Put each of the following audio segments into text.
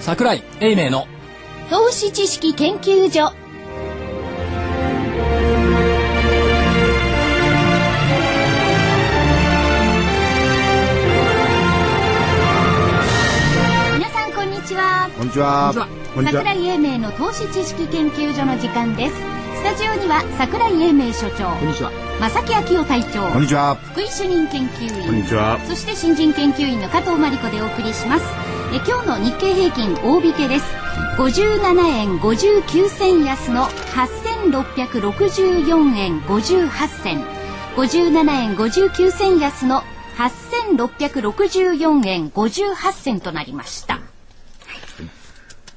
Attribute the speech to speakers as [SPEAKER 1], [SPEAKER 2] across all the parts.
[SPEAKER 1] 桜井英明の
[SPEAKER 2] 投資知識研究所皆さんこんにちは
[SPEAKER 3] こんにちは。
[SPEAKER 1] こ
[SPEAKER 2] 桜井英明の投資知識研究所の時間ですスタジオには桜井英明所長
[SPEAKER 1] にちは
[SPEAKER 2] 正木昭夫隊長
[SPEAKER 3] こんにちは。
[SPEAKER 2] 福井主任研究員
[SPEAKER 3] ちは。
[SPEAKER 2] そして新人研究員の加藤真理子でお送りします。え今日の日経平均大引けです。57円59銭安の8664円58銭。57円59銭安の8664円58銭となりました。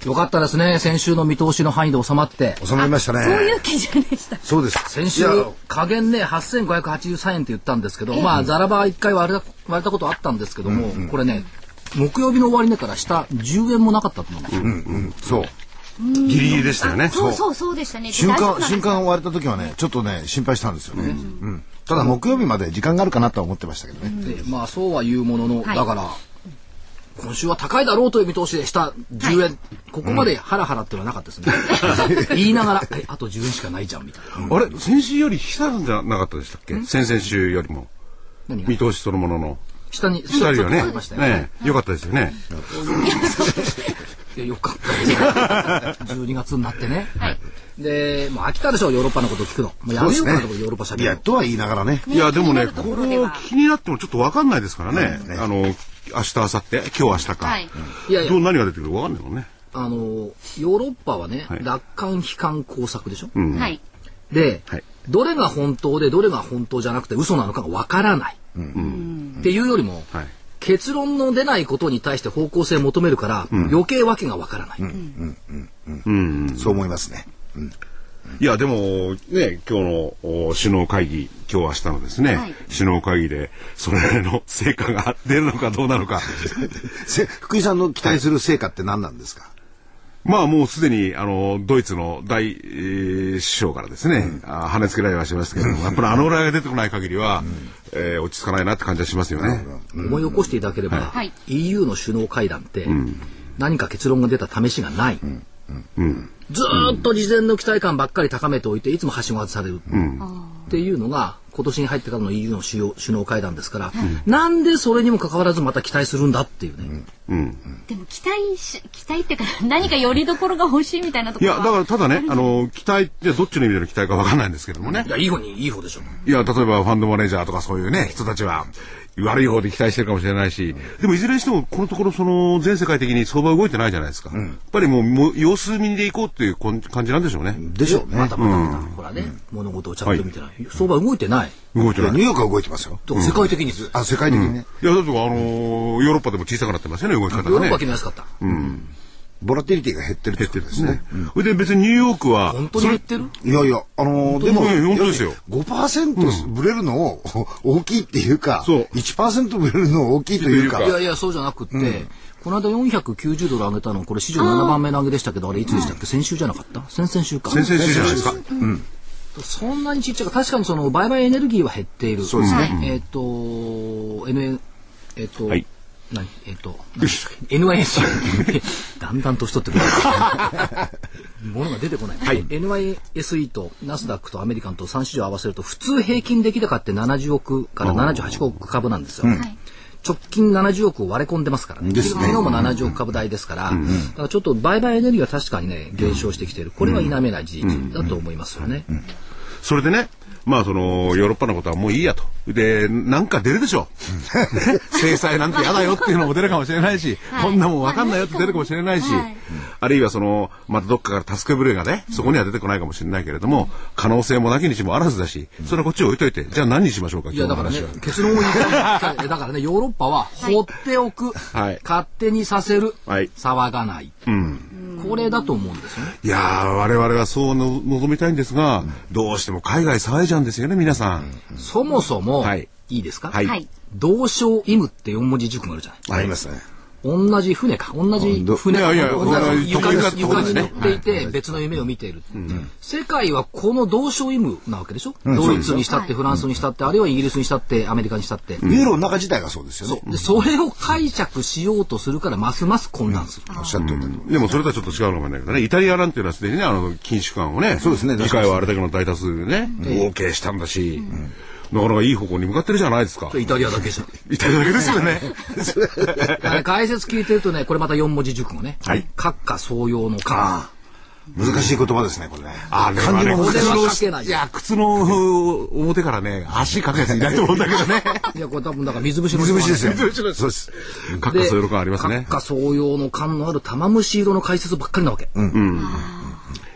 [SPEAKER 1] よかったですね先週の見通しの範囲で収まって
[SPEAKER 3] 収まりましたね。
[SPEAKER 2] そういう基準でした。
[SPEAKER 3] そうです。
[SPEAKER 1] 先
[SPEAKER 3] い
[SPEAKER 1] 週
[SPEAKER 3] や
[SPEAKER 1] 加減ね8583円って言ったんですけど、まあざらば1回割れた割れたことあったんですけども、これね木曜日の終値から下10円もなかったと思うんですよ、
[SPEAKER 3] うんうん。そう。
[SPEAKER 4] ギリギリでしたよね。
[SPEAKER 2] そうそうそうでしたね。で
[SPEAKER 3] 瞬
[SPEAKER 2] 大丈夫
[SPEAKER 3] 間、
[SPEAKER 2] なん
[SPEAKER 3] 瞬
[SPEAKER 2] です
[SPEAKER 3] 間終われた時はね、ちょっとね、心配したんですよね。うん。ただ木曜日まで時間があるかなとは思ってましたけどね。
[SPEAKER 1] でまあそうは言うものの、
[SPEAKER 2] はい
[SPEAKER 1] だから今週は高いだろうという見通しでした10円、ここまでハラハラってのはなかったですね言いながらえあと10円しかないじゃんみたいな
[SPEAKER 4] あれ先週より下なんじゃなかったでしたっけ先々週よりも。
[SPEAKER 1] 何が
[SPEAKER 4] 見通しそのものの。
[SPEAKER 1] 下に
[SPEAKER 4] 下よりはね
[SPEAKER 1] ちょっとありました。よね
[SPEAKER 4] ねえよかったですよね。
[SPEAKER 1] いやよかったですよ 12月になってね、
[SPEAKER 2] はい
[SPEAKER 1] でもう飽きたでしょヨーロッパのこと聞くのもうやめようかなとかヨーロッパ社
[SPEAKER 3] いや、
[SPEAKER 1] る
[SPEAKER 3] とは言いながらね。
[SPEAKER 4] いや、でもね、
[SPEAKER 2] 気
[SPEAKER 4] こ
[SPEAKER 2] になるところで
[SPEAKER 4] こ
[SPEAKER 2] は
[SPEAKER 4] 気になってもちょっとわかんないですからね。あの、明日、明後日、今日、明日か。
[SPEAKER 2] はい
[SPEAKER 1] いやいや
[SPEAKER 4] どう何が出てくるかわかんないもんね。
[SPEAKER 1] あのヨーロッパはね、
[SPEAKER 4] はい
[SPEAKER 1] 楽観悲観工作でしょ、
[SPEAKER 4] うん。
[SPEAKER 2] はい。
[SPEAKER 1] で、
[SPEAKER 4] はい
[SPEAKER 1] どれが本当でどれが本当じゃなくて嘘なのかがわからない、っていうよりも、
[SPEAKER 4] はい
[SPEAKER 1] 結論の出ないことに対して方向性を求めるから、余計わけがわからない、
[SPEAKER 4] うん。
[SPEAKER 3] そう思いますね。
[SPEAKER 4] いや、でも、ね、今日のお首脳会議、今日、明日のですね、
[SPEAKER 2] はい
[SPEAKER 4] 首脳会議で、それなりの成果が出るのかどうなのか。
[SPEAKER 3] せ福井さんの期待する成果って何なんですか
[SPEAKER 4] まあもうすでにあのドイツの大、えー首相からですね、あ跳ねつけられはしましたけれども、やっぱりあの裏が出てこない限りは、えー落ち着かないなって感じはしますよね。
[SPEAKER 1] 思い起こしていただければ、
[SPEAKER 2] はい
[SPEAKER 1] EU の首脳会談って、何か結論が出た試しがない、ずーっと事前の期待感ばっかり高めておいていつもはしご外される、っていうのが今年に入ってからの EU の主要首脳会談ですから、なんでそれにもかかわらずまた期待するんだっていうね、
[SPEAKER 2] でも期待し、期待っていうか何かよりどころが欲しいみたいなとこ
[SPEAKER 4] い
[SPEAKER 2] ろ
[SPEAKER 4] や、
[SPEAKER 2] は
[SPEAKER 4] だからただね、あの、期待ってどっちの意味での期待かわかんないんですけどもね
[SPEAKER 1] い。やいい方にいい方でしょ
[SPEAKER 4] いや、例えばファンドマネージャーとかそういうね、人たちは、悪い方で期待してるかもしれないし、でもいずれにしても、このところ、その、全世界的に相場動いてないじゃないですか。やっぱりもう、もう様子見でいこうっていうこん感じなんでしょうね。
[SPEAKER 3] でしょうね。
[SPEAKER 1] またまたまた、ほらね物事をちゃんと見てない、相場動いてない
[SPEAKER 4] 動いて
[SPEAKER 3] いや
[SPEAKER 4] ない。
[SPEAKER 3] ニ
[SPEAKER 4] い
[SPEAKER 3] ューヨークは動いてますよ。
[SPEAKER 1] と世界的にず、
[SPEAKER 3] あ、世界的にね。
[SPEAKER 4] や、だってあのーヨーロッパでも小さくなってますよね、動き
[SPEAKER 1] ヨー
[SPEAKER 4] 方が
[SPEAKER 1] ロッ
[SPEAKER 4] ね
[SPEAKER 1] パは。決めやすかった、
[SPEAKER 3] ボラティリティが減ってるって
[SPEAKER 4] 減っ
[SPEAKER 3] こ
[SPEAKER 4] て
[SPEAKER 3] と
[SPEAKER 4] るん
[SPEAKER 3] で
[SPEAKER 4] ですす
[SPEAKER 3] ね
[SPEAKER 4] ね。。それで別にニューヨークは、
[SPEAKER 1] 本当に言ってる
[SPEAKER 3] いやいや、あのーでも、
[SPEAKER 4] 当うん本当ですよ
[SPEAKER 3] 5%ブレるのを 大きいっていうか、
[SPEAKER 4] そう
[SPEAKER 3] 1%ブレるのを大きいというか、
[SPEAKER 1] いやいや、そうじゃなくって、この間490ドル上げたの、これ史上7番目の上げでしたけど、あれいつでしたっけ、先週じゃなかった先々週か。
[SPEAKER 4] 先々週じゃないですか。
[SPEAKER 1] そんなにちっちゃく、確かにその売買エネルギーは減っている。そうですね。えっ、と、NN、えっ、と、
[SPEAKER 4] はい
[SPEAKER 1] 何えっ、と、何でしたっけ ?NISE。だんだん年取ってくる。 ものが出てこない。NISE とナスダックとアメリカンと3市場合わせると、普通平均出来高って70億から78億株なんですよ。
[SPEAKER 2] はい
[SPEAKER 1] 直近70億を割れ込んでますからね。
[SPEAKER 3] ですね
[SPEAKER 1] 昨日も70億株台ですから、だからちょっと売買エネルギーは確かにね、減少してきている。これは否めない事実だと思いますよね。
[SPEAKER 4] それでね、まあその、ヨーロッパのことはもういいやと。で、なんか出るでしょう。ね制裁なんて嫌だよっていうのも出るかもしれないし、こんなもんわかんないよって出るかもしれないし
[SPEAKER 2] はい、
[SPEAKER 4] あるいはその、またどっかから助けぶれがね、そこには出てこないかもしれないけれども、可能性もなきにしもあらずだし、それはこっちを置いといて、じゃあ何にしましょうか、
[SPEAKER 1] いや
[SPEAKER 4] 今日の
[SPEAKER 1] だからね
[SPEAKER 4] 話は。、
[SPEAKER 1] 結論を言いたい。だ からね、ヨーロッパは放っておく。
[SPEAKER 4] はい
[SPEAKER 1] 勝手にさせる。
[SPEAKER 4] はい
[SPEAKER 1] 騒がない。これだと思うんですよね。
[SPEAKER 4] いやー、我々はそうの望みたいんですが、どうしても海外騒いじゃうんですよね、皆さん。
[SPEAKER 1] そもそも、
[SPEAKER 4] はいい、
[SPEAKER 1] いですか、
[SPEAKER 4] はい
[SPEAKER 2] はい。
[SPEAKER 1] 同床異夢って四文字熟語あるじゃない。
[SPEAKER 3] ありますね。
[SPEAKER 1] 同じ船か同じ船
[SPEAKER 4] いやいや
[SPEAKER 1] 同じ床
[SPEAKER 4] 同じ
[SPEAKER 1] に
[SPEAKER 4] 床
[SPEAKER 1] 床
[SPEAKER 4] です
[SPEAKER 1] に乗
[SPEAKER 4] ね
[SPEAKER 1] っていて別の夢を見ている、世界はこの同床異夢なわけでしょ、ドイツにしたってフランスにしたって、あるいはイギリスにしたってアメリカにしたって、
[SPEAKER 3] ユーロの中自体がそうですよ
[SPEAKER 1] そ
[SPEAKER 3] ね。
[SPEAKER 1] うでそれを解釈しようとするからますます混乱する、
[SPEAKER 3] おっしゃってるんだけど。
[SPEAKER 4] でもそれとはちょっと違うのかもしれないけどね、イタリアなんていうのはすでにね、あの、禁止感をね、
[SPEAKER 3] そうですね
[SPEAKER 4] 議会はあれだけの大多数でね、OK したんだし、なかなかいい方向に向かってるじゃないですか。
[SPEAKER 1] イタリアだけじゃん
[SPEAKER 4] イタリアだけですよね。
[SPEAKER 1] あれ解説聞いてるとねこれまた四文字熟語ね
[SPEAKER 4] はい
[SPEAKER 1] 「閣下総用の閣
[SPEAKER 3] ああ、難しい言葉ですね、これね。
[SPEAKER 4] あれは
[SPEAKER 3] 漢字
[SPEAKER 4] ね、
[SPEAKER 3] も難しい
[SPEAKER 1] これは助けない
[SPEAKER 4] いや、靴のふ表からね、足かけやついないと思うんだけどね。」
[SPEAKER 1] いやこれ多分だから水節の
[SPEAKER 3] 水虫ですよ。
[SPEAKER 4] 水虫
[SPEAKER 3] そうです。
[SPEAKER 4] かっこそういうの感ありますね
[SPEAKER 1] 閣。下総用の感のある玉虫色の解説ばっかりなわけ、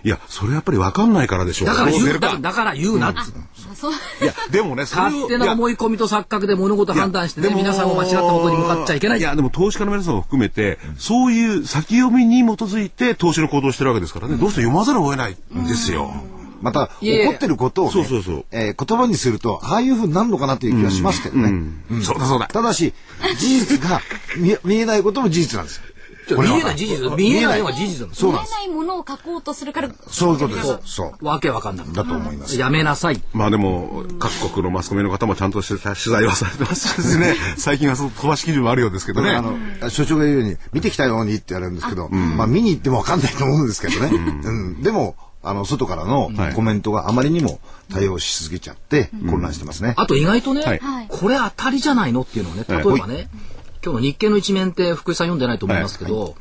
[SPEAKER 4] いや、それやっぱりわかんないからでしょ。
[SPEAKER 1] だから
[SPEAKER 4] どう
[SPEAKER 1] 言
[SPEAKER 4] 出
[SPEAKER 1] う
[SPEAKER 4] る
[SPEAKER 1] だ
[SPEAKER 4] か
[SPEAKER 1] だから言うなっつうの
[SPEAKER 2] あそう
[SPEAKER 4] いや、でもね、それを
[SPEAKER 1] 勝手
[SPEAKER 4] い
[SPEAKER 1] な
[SPEAKER 4] や
[SPEAKER 1] 思い込みと錯覚で物事を判断してね
[SPEAKER 4] でも
[SPEAKER 1] 皆さんを間違ったことに向かっちゃいけない
[SPEAKER 4] いや、でも投資家の皆さんを含めて、そういう先読みに基づいて投資の行動をしてるわけですからね、どうして読まざるを得ないんですよ。
[SPEAKER 3] また、
[SPEAKER 1] いやいや
[SPEAKER 3] 怒ってることをね、
[SPEAKER 4] そうそうそう
[SPEAKER 3] えー言葉にすると、ああいうふうになるのかなという気はしますけどね。
[SPEAKER 4] うんそうだそうだ。
[SPEAKER 3] ただし、事実が見え見えないことも事実なんですよ。
[SPEAKER 1] 見えない事実見えないのが事実なの
[SPEAKER 3] そう
[SPEAKER 2] 見
[SPEAKER 3] なん
[SPEAKER 2] え
[SPEAKER 3] です。
[SPEAKER 2] ないものを書こうとするから
[SPEAKER 3] そういうことです。そう。
[SPEAKER 1] わけわかんない
[SPEAKER 3] だと思います。
[SPEAKER 1] やめなさい
[SPEAKER 4] まあでも、各国のマスコミの方もちゃんとした取材はされてますしですね、最近はそう飛ばし記事もあるようですけどね。
[SPEAKER 3] あの、所長が言うように、見てきたようにって言われるんですけど、まあ見に行ってもわかんないと思うんですけどね。うん。でも、あの、外からのコメントがあまりにも対応しすぎちゃって、混乱してますね。
[SPEAKER 1] あと意外とね、
[SPEAKER 4] はい
[SPEAKER 1] これ当たりじゃないのっていうのはね、例えばね、今日の日経の一面って福井さん読んでないと思いますけど、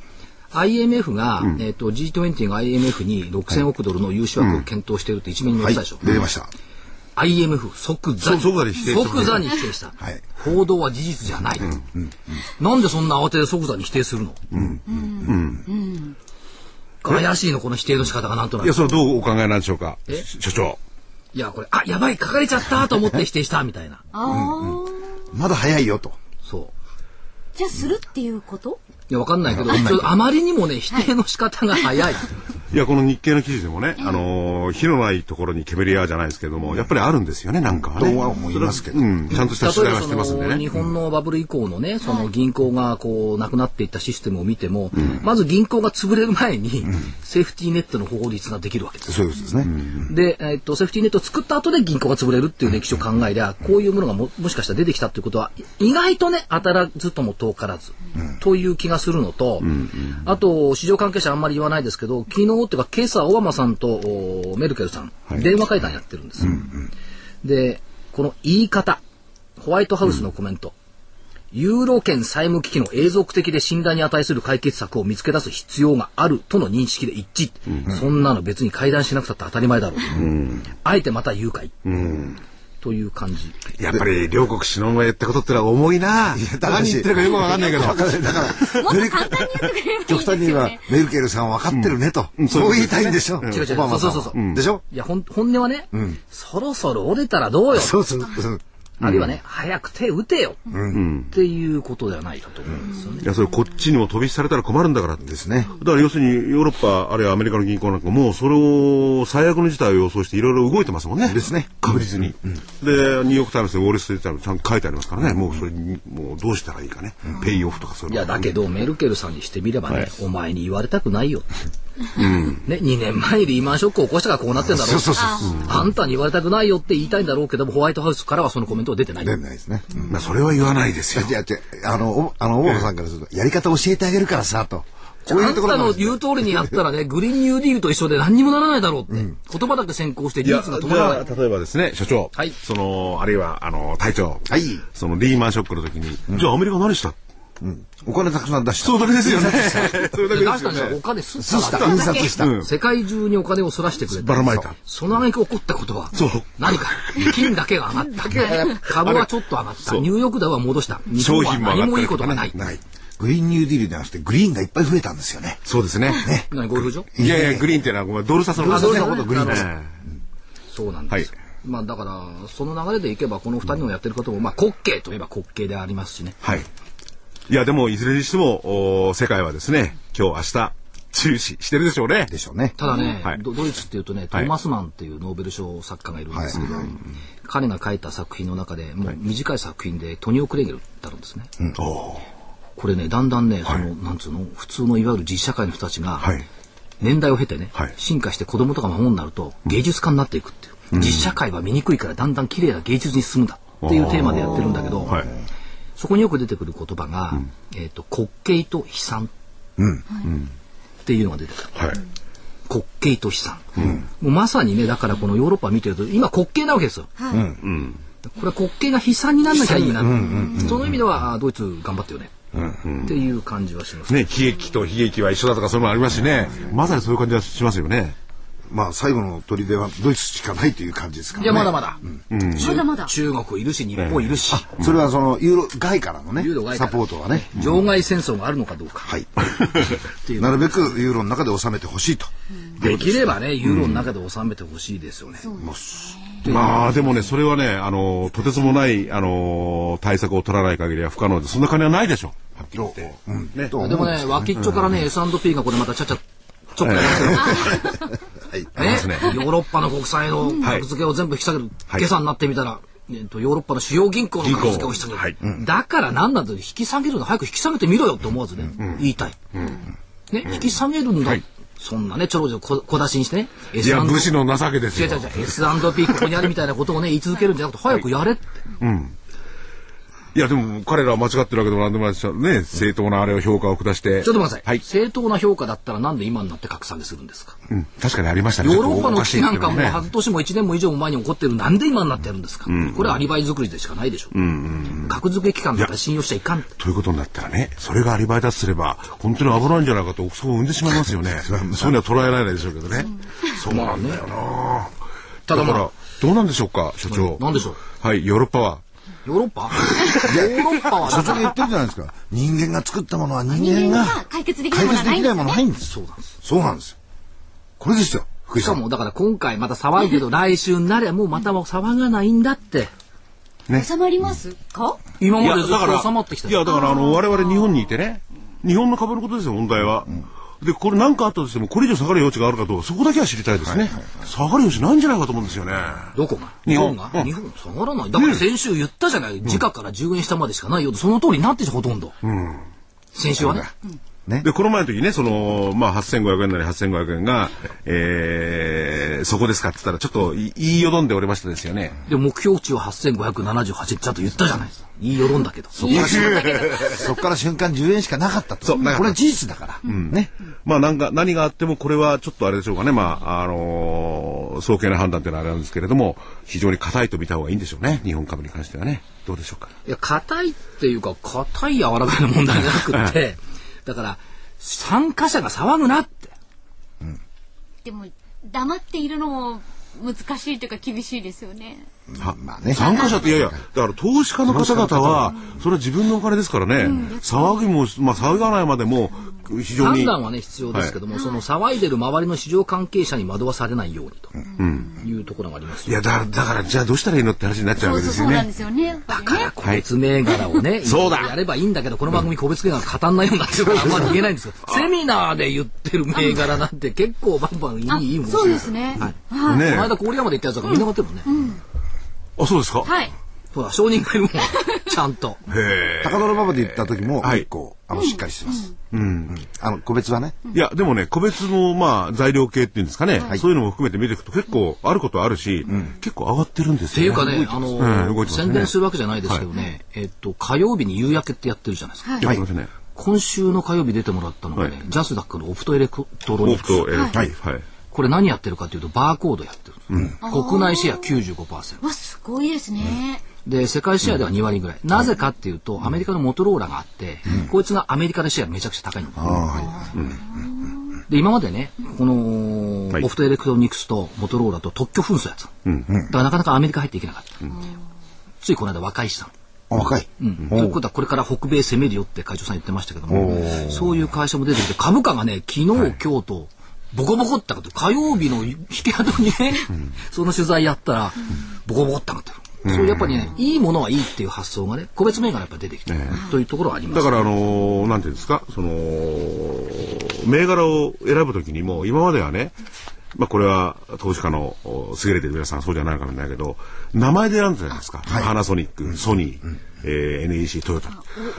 [SPEAKER 1] IMF が、えっ、と、G20 が IMF に6000億ドルの融資枠を検討しているって一面に載っ
[SPEAKER 3] は
[SPEAKER 1] てたで
[SPEAKER 3] い。
[SPEAKER 1] しょ。
[SPEAKER 3] 出てました。
[SPEAKER 1] IMF 即座に
[SPEAKER 4] そう即座に否定してますね
[SPEAKER 1] 即座に否定した、
[SPEAKER 3] はい
[SPEAKER 1] 報道は事実じゃない、なんでそんな慌てて即座に否定するの、怪しいのこの否定の仕方がなんとないくい
[SPEAKER 4] や、
[SPEAKER 1] や
[SPEAKER 4] それはどうお考えなんでしょうか
[SPEAKER 1] え、
[SPEAKER 4] 所長。
[SPEAKER 1] これあやばい書かれちゃったと思って否定したみたいな
[SPEAKER 2] ああ
[SPEAKER 3] まだ早いよと。
[SPEAKER 1] そう
[SPEAKER 2] じゃあするっていうこと
[SPEAKER 1] いやわかんないけどちょっとあまりにもね否定の仕方が早い
[SPEAKER 4] いや、 この日経の記事でもね、あのー火のないところに煙やじゃないですけども、やっぱりあるんですよね、なんかはね。
[SPEAKER 3] とは思いますけど
[SPEAKER 4] うん、ちゃんとした取
[SPEAKER 1] 例えば
[SPEAKER 4] 材はしてます
[SPEAKER 1] そ
[SPEAKER 4] んで
[SPEAKER 1] の日
[SPEAKER 4] ね。
[SPEAKER 1] 本のバブル以降のねその銀行がこうなくなっていったシステムを見ても、まず銀行が潰れる前に、セーフティーネットの法律ができるわけですよ
[SPEAKER 3] そういうことですね。
[SPEAKER 1] で、えーっとセーフティーネットを作った後で銀行が潰れるっていう歴史を考えりゃ、こういうものがももしかしたら出てきたということは意外とね当たらずとも遠からず、という気がするのと、あと市場関係者あんまり言わないですけど昨日っていうか今朝オバマさんとおメルケルさん、電話会談やってるんですよ、でこの言い方ホワイトハウスのコメント、ユーロ圏債務危機の永続的で信頼に値する解決策を見つけ出す必要があるとの認識で一致、そんなの別に会談しなくたって当たり前だろう、あえてまた誘拐、という感じ
[SPEAKER 4] やっぱり、両国首脳が言ったことってのは重いな。
[SPEAKER 3] だから
[SPEAKER 4] 何言ってるかよくわかんないけど。
[SPEAKER 3] だから、メルケル極端に言えば、メルケルさんは分かってるねと。そう言いたいんでしょ。
[SPEAKER 1] 違う違う
[SPEAKER 3] オバマさんは
[SPEAKER 1] そうそうそう
[SPEAKER 3] でしょ
[SPEAKER 1] いやほん本音はね、そろそろ折れたらどうよ
[SPEAKER 3] そうそうそう。
[SPEAKER 1] あるいはね早く手打てよ、っていうことではないかと思うんですよね、
[SPEAKER 4] いや、それこっちにも飛び火されたら困るんだからって。
[SPEAKER 3] ですね。
[SPEAKER 4] だから要するにヨーロッパあるいはアメリカの銀行なんかもうそれを最悪の事態を予想していろいろ動いてますもんね。
[SPEAKER 3] ですね
[SPEAKER 4] 確実に。でニューヨーク・タイムズでウォール・ストリート・タイムズちゃんと書いてありますからね。もうそれにもうどうしたらいいかね。ペイオフとかそういう
[SPEAKER 1] い
[SPEAKER 4] の
[SPEAKER 1] やだけどメルケルさんにしてみればね、お前に言われたくないよって、ね、2年前にリーマンショックを起こしたからこうなってんだろ
[SPEAKER 3] そうそうそう。
[SPEAKER 1] あんたに言われたくないよって言いたいんだろうけども、ホワイトハウスからはそのコメントは出てない。
[SPEAKER 3] 出ないですね。
[SPEAKER 4] まあそれは言わないですよ。
[SPEAKER 3] いや、違う、あの、おあの、大野さんからすると、やり方教えてあげるからさ、と。こうい
[SPEAKER 1] あ
[SPEAKER 3] うんところ
[SPEAKER 1] た
[SPEAKER 3] なん
[SPEAKER 1] の
[SPEAKER 3] ですよ
[SPEAKER 1] 言う通りにやったらね、グリーンニューディールと一緒で何にもならないだろうって。言葉だけ先行して
[SPEAKER 4] い
[SPEAKER 1] 事
[SPEAKER 4] や
[SPEAKER 1] 実が止まらない。
[SPEAKER 4] じゃあ例えばですね所長、
[SPEAKER 1] はい
[SPEAKER 4] そのあるいはあの隊長、
[SPEAKER 3] はい
[SPEAKER 4] そのリーマンショックの時に、じゃあアメリカ何した
[SPEAKER 3] お金たくさん出した。
[SPEAKER 4] そうだけですよねそれだ
[SPEAKER 1] で
[SPEAKER 4] け
[SPEAKER 1] 出
[SPEAKER 4] で
[SPEAKER 1] し
[SPEAKER 4] す
[SPEAKER 1] た
[SPEAKER 4] よ
[SPEAKER 1] んじゃん
[SPEAKER 4] ね
[SPEAKER 1] お金す
[SPEAKER 3] そうし。
[SPEAKER 1] ったた
[SPEAKER 3] 印刷した。
[SPEAKER 4] うん
[SPEAKER 1] 世界中にお金をそらしてくれ
[SPEAKER 4] ば
[SPEAKER 1] た。
[SPEAKER 4] らまいた
[SPEAKER 1] その挙句起こったことは、
[SPEAKER 4] そう
[SPEAKER 1] 何か、金だけが 上がった。株はちょっと上がった。
[SPEAKER 4] う
[SPEAKER 1] ニューヨークダウは戻した。日本
[SPEAKER 4] 商
[SPEAKER 1] は
[SPEAKER 4] 品も上が
[SPEAKER 1] 何
[SPEAKER 4] ったりとかね
[SPEAKER 1] もいいことがない。
[SPEAKER 4] ない
[SPEAKER 3] グリーンニューディールじゃなくて、グリーンがいっぱい増えたんですよね。
[SPEAKER 4] そうですね
[SPEAKER 1] 何、ゴルフ場
[SPEAKER 4] いやいやグリーンってのはごめんドル札の
[SPEAKER 1] あドル札の
[SPEAKER 4] こと
[SPEAKER 1] グリーンです
[SPEAKER 4] ね
[SPEAKER 1] そうなんですよ。
[SPEAKER 4] は
[SPEAKER 1] まあだから、その流れでいけば、この二人のやってることも、まあ滑稽といえば滑稽でありますしね。
[SPEAKER 4] はいいやでもいずれにしてもお世界はですね今日明日注視してるでしょうね
[SPEAKER 3] でしょうね。
[SPEAKER 1] ただね、
[SPEAKER 4] はい
[SPEAKER 1] ドドイツっていうとねトーマスマンっていうノーベル賞作家がいるんですけど、彼が書いた作品の中でもう短い作品でトニオ・クレーゲルってあるんですね、
[SPEAKER 4] おー
[SPEAKER 1] これね、だんだんね、
[SPEAKER 4] はい
[SPEAKER 1] その、なんつうの、普通のいわゆる実社会の人たちが、
[SPEAKER 4] はい
[SPEAKER 1] 年代を経てね、
[SPEAKER 4] はい
[SPEAKER 1] 進化して子供とか孫になると、芸術家になっていくっていう。実社会は醜いからだんだん綺麗な芸術に進むんだっていうテーマでやってるんだけど、
[SPEAKER 4] はい
[SPEAKER 1] そこによく出てくる言葉が、えっ、と、滑稽と悲惨。っていうのが出てくる。
[SPEAKER 4] はい
[SPEAKER 1] 滑稽と悲惨。もうまさにね、だからこのヨーロッパ見てると、今滑稽なわけですよ。
[SPEAKER 2] はい。
[SPEAKER 1] これは滑稽が悲惨にならなきゃいいな。その意味では、あードイツ頑張ってよね。っていう感じはします。
[SPEAKER 4] ね、喜劇と悲劇は一緒だとか、それもありますしね。まさにそういう感じはしますよね。
[SPEAKER 3] まあ最後の砦はドイツしかないという感じですから
[SPEAKER 1] い
[SPEAKER 3] ね。
[SPEAKER 1] や、まだまだ。
[SPEAKER 2] まだまだ。
[SPEAKER 1] 中国いるし、日本いるし、
[SPEAKER 3] それはそのユーロ外からのね
[SPEAKER 1] ユーロ外から
[SPEAKER 3] サポートはね、
[SPEAKER 1] 場外戦争があるのかどうか。
[SPEAKER 3] はい、なるべくユーロの中で収めてほしいと。
[SPEAKER 1] できればね、ユーロの中で収めてほしいですよね。
[SPEAKER 4] まあ、でもね、それはね、あの、とてつもない、あの、対策を取らない限りは不可能で、そんな金はないでしょ。
[SPEAKER 3] どううん
[SPEAKER 4] ね
[SPEAKER 3] と思うん
[SPEAKER 1] でも
[SPEAKER 3] す
[SPEAKER 1] ね、脇っちょからね、S&P がこれまたちゃちゃ、ちょっとや
[SPEAKER 3] はい
[SPEAKER 1] らせる。ね、ヨーロッパの国債の格付けを全部引き下げる。
[SPEAKER 4] はい
[SPEAKER 1] 今朝になってみたら、えっと、ヨーロッパの主要銀行の格付けを引き下げる。
[SPEAKER 4] 銀行は
[SPEAKER 1] だからなんなんだよ、引き下げるの早く引き下げてみろよって思わずね、言いたい。ね、引き下げるんだ
[SPEAKER 4] はい。
[SPEAKER 1] そんなね、ちょろちょろ小小出しにしてね、
[SPEAKER 4] いや、
[SPEAKER 1] S&P
[SPEAKER 4] 武士の情けです
[SPEAKER 1] 違う
[SPEAKER 4] よ
[SPEAKER 1] 違。う違う S&P ここにあるみたいなことをね言い続けるんじゃなくて早くやれって、
[SPEAKER 4] いや、でも、彼らは間違ってるわけでも何でもないですよね。正当なあれを評価を下して。
[SPEAKER 1] ちょっと待ってください、
[SPEAKER 4] はい。
[SPEAKER 1] 正当な評価だったらなんで今になって格下げするんですか
[SPEAKER 4] うん確かにありましたね。
[SPEAKER 1] ヨーロッパの危機なんか
[SPEAKER 4] ち
[SPEAKER 1] も
[SPEAKER 4] ょっとおしいっていうのはね
[SPEAKER 1] 半年も1年も以上も前に起こってるなんで今になってやるんですか、これはアリバイ作りでしかないでしょ、格付け機関だったら信用しちゃいかん
[SPEAKER 4] ということになったらね、それがアリバイだとすれば、本当に危ないんじゃないかと、そう生んでしまいます よね。そういうのは捉えられないでしょうけどね。そうなんだよな。
[SPEAKER 1] ただまあ
[SPEAKER 4] から、どうなんでしょうか、所長。
[SPEAKER 1] なんでしょ
[SPEAKER 4] う。はい、ヨーロッパは。
[SPEAKER 1] ヨーロッパヨーロッパは
[SPEAKER 3] 所長が言ってるじゃないですか。人間が作ったものは人間が
[SPEAKER 2] 人間が解決できない
[SPEAKER 3] 解
[SPEAKER 2] ものは
[SPEAKER 3] 決で
[SPEAKER 2] ないんです
[SPEAKER 3] きないものないんです。そうなんです。そうなんですよ。これですよ。福井
[SPEAKER 1] し
[SPEAKER 3] さ
[SPEAKER 1] か
[SPEAKER 3] ん。
[SPEAKER 1] もだから今回また騒いけど来週になればもうまた騒がないんだって
[SPEAKER 2] 収まりますか
[SPEAKER 1] 今
[SPEAKER 4] い
[SPEAKER 1] ま
[SPEAKER 4] や
[SPEAKER 1] でずっ
[SPEAKER 4] だから
[SPEAKER 1] と収まってきた
[SPEAKER 4] いや、だから、あの、我々日本にいてね、日本の株のことですよ、問題は。で、これ何かあったとしても、これ以上下がる余地があるかどうか、そこだけは知りたいですね。下がる余地ないんじゃないかと思うんですよね。
[SPEAKER 1] どこが
[SPEAKER 4] 日
[SPEAKER 1] 日
[SPEAKER 4] 本
[SPEAKER 1] 本が
[SPEAKER 4] うん
[SPEAKER 1] 日本下がらない。だから先週言ったじゃない。時価から10円下までしかないよ。その通りになってるほとんど。先週はね。
[SPEAKER 4] で、この前の時ね、その、まあ、8500円なり8500円が、えー、そこですかって言ったら、ちょっとい言いよどんでおりましたですよね。
[SPEAKER 1] で、目標値は8578ちゃんと言ったじゃないですか。いい世論だけど。
[SPEAKER 3] そっから瞬間 そっから瞬間10円しかなかったと。
[SPEAKER 4] そうなかった
[SPEAKER 3] これは事実だから。ね。
[SPEAKER 4] まあ、なんか、何があっても、これはちょっとあれでしょうかね、まあ、あのー、早計な判断というのはあれなんですけれども、非常に硬いと見た方がいいんでしょうね、日本株に関してはね。どうでしょうか。
[SPEAKER 1] いや、硬いっていうか、硬い柔らかいの問題じゃなくて、だから、参加者が騒ぐなって。
[SPEAKER 2] でも、黙っているのも難しいというか厳しいですよね。
[SPEAKER 3] まあね。
[SPEAKER 4] 参加者って、いやいや、だから投資家の方々は、それは自分のお金ですからね、騒ぎも、まあ、騒がないまでも、非常に。
[SPEAKER 1] 判断はね、必要ですけども、その騒いでる周りの市場関係者に惑わされないようにというところがあります
[SPEAKER 4] い。や、だから、だから、じゃあどうしたらいいのって話になっちゃ
[SPEAKER 2] そう
[SPEAKER 4] うわけ
[SPEAKER 2] そ
[SPEAKER 4] で
[SPEAKER 2] う
[SPEAKER 4] す
[SPEAKER 2] そ
[SPEAKER 4] よ
[SPEAKER 2] う
[SPEAKER 4] ね。
[SPEAKER 2] なんですよね。やっぱりね
[SPEAKER 1] だから個別銘柄をね、
[SPEAKER 4] そうだ
[SPEAKER 1] やればいいんだけど、この番組個別銘柄語んないようになってるから、あんまり言えないんですよ。セミナーで言ってる銘柄なんて結構バンバンい
[SPEAKER 2] あ
[SPEAKER 1] い、いいもん
[SPEAKER 2] そうですね。
[SPEAKER 1] は
[SPEAKER 2] は
[SPEAKER 1] い。
[SPEAKER 2] い。
[SPEAKER 1] この
[SPEAKER 4] ね
[SPEAKER 1] 間郡山で行ったやつがみんな買ってるもんね。
[SPEAKER 4] あ、そうですか。
[SPEAKER 2] はい。
[SPEAKER 1] ほら、証人がいる もん。ちゃんと。
[SPEAKER 4] へえ。
[SPEAKER 3] 高田馬場で行った時も
[SPEAKER 4] はい
[SPEAKER 3] 結構、あのしっかりしてます。うんあの個別はね。
[SPEAKER 4] いや、でもね、個別の、まあ、材料系っていうんですかね、そういうのも含めて見ていくと結構あることあるし、結構上がってるんで
[SPEAKER 1] って
[SPEAKER 4] す
[SPEAKER 1] い
[SPEAKER 4] よ
[SPEAKER 1] う
[SPEAKER 4] ね。
[SPEAKER 1] かね、あ
[SPEAKER 4] うん動
[SPEAKER 1] の、
[SPEAKER 4] いてますね
[SPEAKER 1] 宣伝するわけじゃないですけどね、えっと、火曜日に夕焼けってやってるじゃないですか。
[SPEAKER 4] やってますね。
[SPEAKER 1] 今週の火曜日出てもらったのがね
[SPEAKER 4] はい、
[SPEAKER 1] ジャスダックのオプトエレクトロ
[SPEAKER 4] オ
[SPEAKER 1] ニ
[SPEAKER 4] フ
[SPEAKER 1] クス。
[SPEAKER 4] と、えー、はい。はい。
[SPEAKER 1] これ何やってるかというと、バーコードやってる。国内シェア95%。
[SPEAKER 2] わ、すごいですね。
[SPEAKER 1] で、世界シェアでは2割ぐらい。なぜかっていうと、アメリカのモトローラがあって、こいつがアメリカでシェアめちゃくちゃ高いの。で、今までね、この
[SPEAKER 4] は、い
[SPEAKER 1] オフトエレクトニクスとモトローラと特許紛争やつ。だからなかなかアメリカ入っていけなかった。ついこの間和解したの。
[SPEAKER 3] あ若い。
[SPEAKER 1] ということはこれから北米攻めるよって会長さん言ってましたけどもそういう会社も出てきて株価がね昨日、今日とボコボコって上がって火曜日の引き跡にね、その取材やったらボコボコって上がってる。そういうやっぱりね、いいものはいいっていう発想がね、個別銘柄やっぱ出てきてるというところはあります。
[SPEAKER 4] だから、あのーなんていうんですか、その、銘柄を選ぶときにも、今まではね、まあ、これは投資家のお優れてる皆さんそうじゃないかもしれないけど、名前で選んでたじゃないですか。パナソニック、ソニー、えー NEC トヨタ。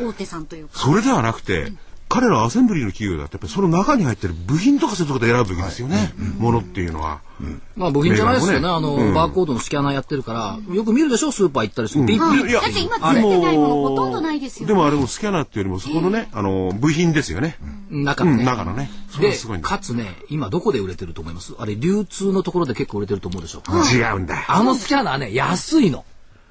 [SPEAKER 2] お大手さんというか
[SPEAKER 4] それではなくて、彼らアセンブリーの企業だって、やっぱりその中に入ってる部品とかセットとか選ぶべきですよね。ものっていうのは。
[SPEAKER 1] まあ部品じゃないですよ
[SPEAKER 4] メ
[SPEAKER 1] ね。
[SPEAKER 4] ーカ
[SPEAKER 1] あ
[SPEAKER 4] ー
[SPEAKER 1] の、
[SPEAKER 4] もねうん
[SPEAKER 1] バーコードのスキャナーやってるから、よく見るでしょ、スーパー行ったりする。ピッピ
[SPEAKER 2] は
[SPEAKER 1] ッ
[SPEAKER 2] い
[SPEAKER 4] いや
[SPEAKER 2] だって今ついてないものほとんどないですよね
[SPEAKER 4] でもあれもスキャナーっていうよりも、そこのね、あの、部品ですよね。
[SPEAKER 1] 中
[SPEAKER 4] う
[SPEAKER 1] の
[SPEAKER 4] ん、
[SPEAKER 1] ね。
[SPEAKER 4] 中のね。それ
[SPEAKER 1] で
[SPEAKER 4] はすごいん、だ
[SPEAKER 1] かつね、今どこで売れてると思いますあれ、流通のところで結構売れてると思うでしょ。
[SPEAKER 4] 違うんだ。
[SPEAKER 1] あのスキャナーね、安いの。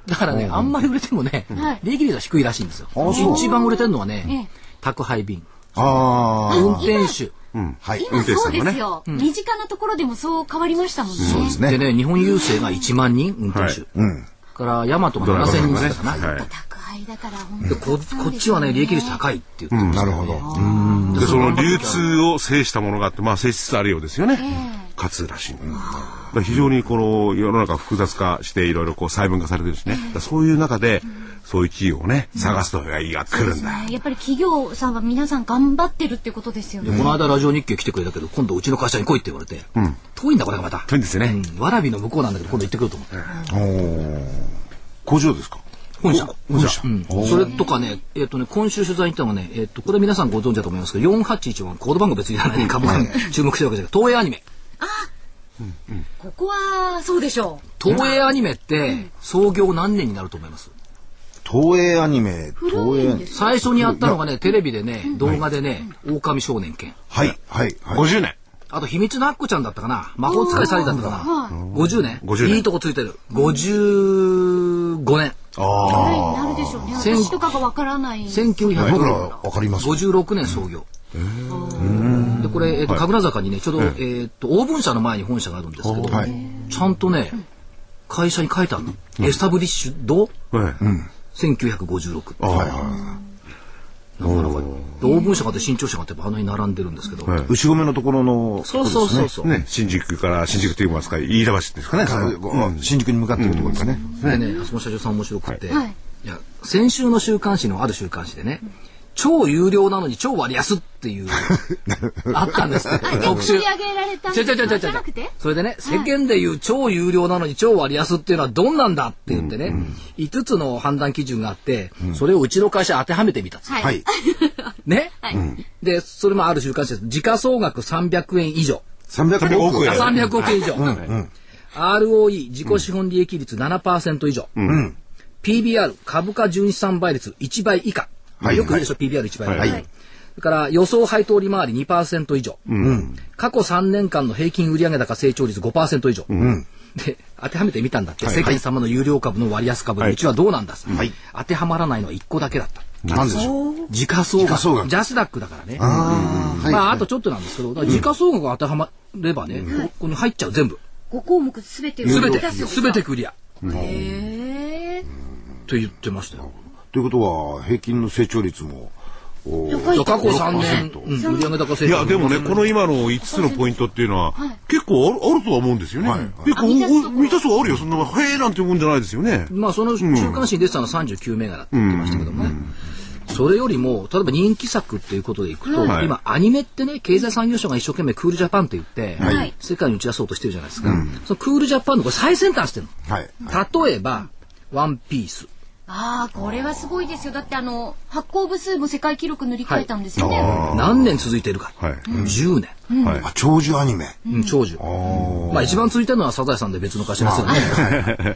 [SPEAKER 1] だからね、あんまり売れてもね
[SPEAKER 2] はい、
[SPEAKER 1] 利益率は低いらしいんですよ。一番売れてるのはね、宅配便、
[SPEAKER 3] あ
[SPEAKER 1] 運
[SPEAKER 3] あ。
[SPEAKER 1] 転手。
[SPEAKER 3] はい。
[SPEAKER 2] 今そうですよ、身近なところでもそう変わりましたもんね、
[SPEAKER 3] そうです
[SPEAKER 1] で
[SPEAKER 3] ね。
[SPEAKER 1] ね、日本郵政が1万人運転手。
[SPEAKER 3] うん。
[SPEAKER 1] から、ヤマトが
[SPEAKER 4] ドラゴン
[SPEAKER 1] 7000人
[SPEAKER 4] が
[SPEAKER 1] だ
[SPEAKER 4] ね。
[SPEAKER 1] ったかな。
[SPEAKER 4] はい。
[SPEAKER 2] 宅配だから本
[SPEAKER 1] で
[SPEAKER 2] 当に
[SPEAKER 1] ここっちはね、利益率高いって言ってましたね
[SPEAKER 3] なるほど。
[SPEAKER 4] で、その流通を制したものがあって、まあ、性質あるようですよね。勝つらしい。だから非常にこの世の中複雑化して、いろいろこう細分化されてるしね。だからそういう中で、そういう企業をね、探すといが来るんだ。
[SPEAKER 2] やっぱり企業さんは皆さん頑張ってるってことですよね、
[SPEAKER 1] この間ラジオ日経来てくれたけど、今度うちの会社に来いって言われて、遠いんだこれがまた。
[SPEAKER 4] 遠いんですよね
[SPEAKER 1] うん。わらびの向こうなんだけど、今度行ってくると思う。
[SPEAKER 3] 工場ですか
[SPEAKER 1] 本社。
[SPEAKER 3] 本社。
[SPEAKER 1] うんそれとかね、えっ、とね、今週取材に行ったのがね、えっ、と、これ皆さんご存知だと思いますけど、481はコード番号別にいらないね、株価に注目してるわけじゃなくて、東映アニメ。
[SPEAKER 2] ここはそうでしょう
[SPEAKER 1] 東映アニメって、創業何年になると思います
[SPEAKER 3] 東映アニメ、東映アニメ。
[SPEAKER 1] 最初にやったのがね、テレビでね、動画でね、狼少年剣。
[SPEAKER 3] はい、はい、はい。
[SPEAKER 4] 50年。
[SPEAKER 1] あと、秘密のアッコちゃんだったかな魔法使いサリーだったかな ?50 年
[SPEAKER 4] 50年
[SPEAKER 1] いいとこついてる。55年。
[SPEAKER 3] ああ。
[SPEAKER 2] 誰になるでしょうね
[SPEAKER 1] 千
[SPEAKER 2] 私とかがわからない
[SPEAKER 1] 1900年。
[SPEAKER 3] 僕らわかります。
[SPEAKER 1] 56年創業。でこれ、えっと神楽坂にねちょうど、えっとオーブン社の前に本社があるんですけど、
[SPEAKER 3] はい
[SPEAKER 1] ちゃんとね会社に書いてあるの、エスタブリッシュド
[SPEAKER 4] うん。
[SPEAKER 1] 1956
[SPEAKER 4] あ
[SPEAKER 3] はい
[SPEAKER 4] あ。
[SPEAKER 3] は
[SPEAKER 1] なかなかでオーブン社があって新潮社があってあの辺に並んでるんですけど、
[SPEAKER 4] はい
[SPEAKER 3] い。牛込のところの、
[SPEAKER 1] そうそうそうそう、
[SPEAKER 4] ね、新宿から、新宿といいますか、飯田橋ですかね。
[SPEAKER 3] あのうん新宿に向かってるところですね。
[SPEAKER 1] でねあそこの社長さん面白くて、
[SPEAKER 2] はいい、
[SPEAKER 1] や先週の週刊誌のある週刊誌でね超有料なのに超割安っていうあったんですって特集
[SPEAKER 2] 取り上げられたん
[SPEAKER 1] ち
[SPEAKER 2] で
[SPEAKER 1] ょ
[SPEAKER 2] す
[SPEAKER 1] ちょちょちょち
[SPEAKER 2] じ
[SPEAKER 1] ょ
[SPEAKER 2] ゃなくて
[SPEAKER 1] それでね、世間でいう超有料なのに超割安っていうのはどんなんだって言ってね、5つの判断基準があって、それをうちの会社当てはめてみたっつって
[SPEAKER 2] はい、
[SPEAKER 3] はい。
[SPEAKER 1] ね、
[SPEAKER 2] はい
[SPEAKER 1] で、それもある週刊誌です。時価総額300円以上。
[SPEAKER 3] 300億
[SPEAKER 1] あ
[SPEAKER 4] はい
[SPEAKER 1] 300億円以上。ROE、自己資本利益率7%以上。PBR、株価純資産倍率1倍以下。
[SPEAKER 3] はい
[SPEAKER 1] よく言うでしょ、PBR1 倍以下。
[SPEAKER 3] はい
[SPEAKER 1] それから予想配当利回り2%以上、過去3年間の平均売上高成長率5%以上、で当てはめてみたんだって、世間様の有料株の割安株のうちはどうなんだ、
[SPEAKER 3] い
[SPEAKER 1] 当てはまらないのは1個だけだった、
[SPEAKER 3] なんでしょう。
[SPEAKER 1] 時価総
[SPEAKER 3] 時価総
[SPEAKER 1] 額
[SPEAKER 3] 額
[SPEAKER 1] ジャスダックだからね
[SPEAKER 3] ああ、
[SPEAKER 1] まあ、
[SPEAKER 3] は
[SPEAKER 1] あとちょっとなんですけど、だから時価総額が当てはまればね、ここに入っちゃう、全部。
[SPEAKER 2] 5項目すべてを
[SPEAKER 1] すべ
[SPEAKER 2] 満
[SPEAKER 1] て、
[SPEAKER 2] たすよ
[SPEAKER 1] すべてクリア。
[SPEAKER 2] へえ
[SPEAKER 1] と言ってましたよ。
[SPEAKER 3] い。ということは、平均の成長率も、おー
[SPEAKER 2] 高い
[SPEAKER 1] 過去3
[SPEAKER 3] 6%
[SPEAKER 1] 年、うん売上高成
[SPEAKER 4] い
[SPEAKER 1] 長。
[SPEAKER 4] や、でもね、この今の5つのポイントっていうのは、結構あるあるとは思うんですよね。結構、お
[SPEAKER 2] 満たすとこ
[SPEAKER 4] 満たすとこあるよ。そんな、へえなんてもんじゃないですよね。
[SPEAKER 1] まあ、その週刊誌に出てたのは39銘柄って言ってましたけどもね。それよりも、例えば人気作っていうことでいくと、
[SPEAKER 4] はい
[SPEAKER 1] 今、アニメってね、経済産業省が一生懸命クールジャパンって言って、
[SPEAKER 2] はい
[SPEAKER 1] 世界に打ち出そうとしてるじゃないですか。そのクールジャパンのこれ最先端してる
[SPEAKER 3] はい。
[SPEAKER 1] の。例えば、ワンピース。
[SPEAKER 2] ああこれはすごいですよだってあの発行部数も世界記録塗り替えたんですよね、
[SPEAKER 1] 何年続いてるか。
[SPEAKER 4] はい
[SPEAKER 1] 10年。
[SPEAKER 4] はい。
[SPEAKER 3] あ、長寿アニメ。
[SPEAKER 1] うん、長寿。まあ一番続いてるのはサザエさんで別の会社ですよね。 だか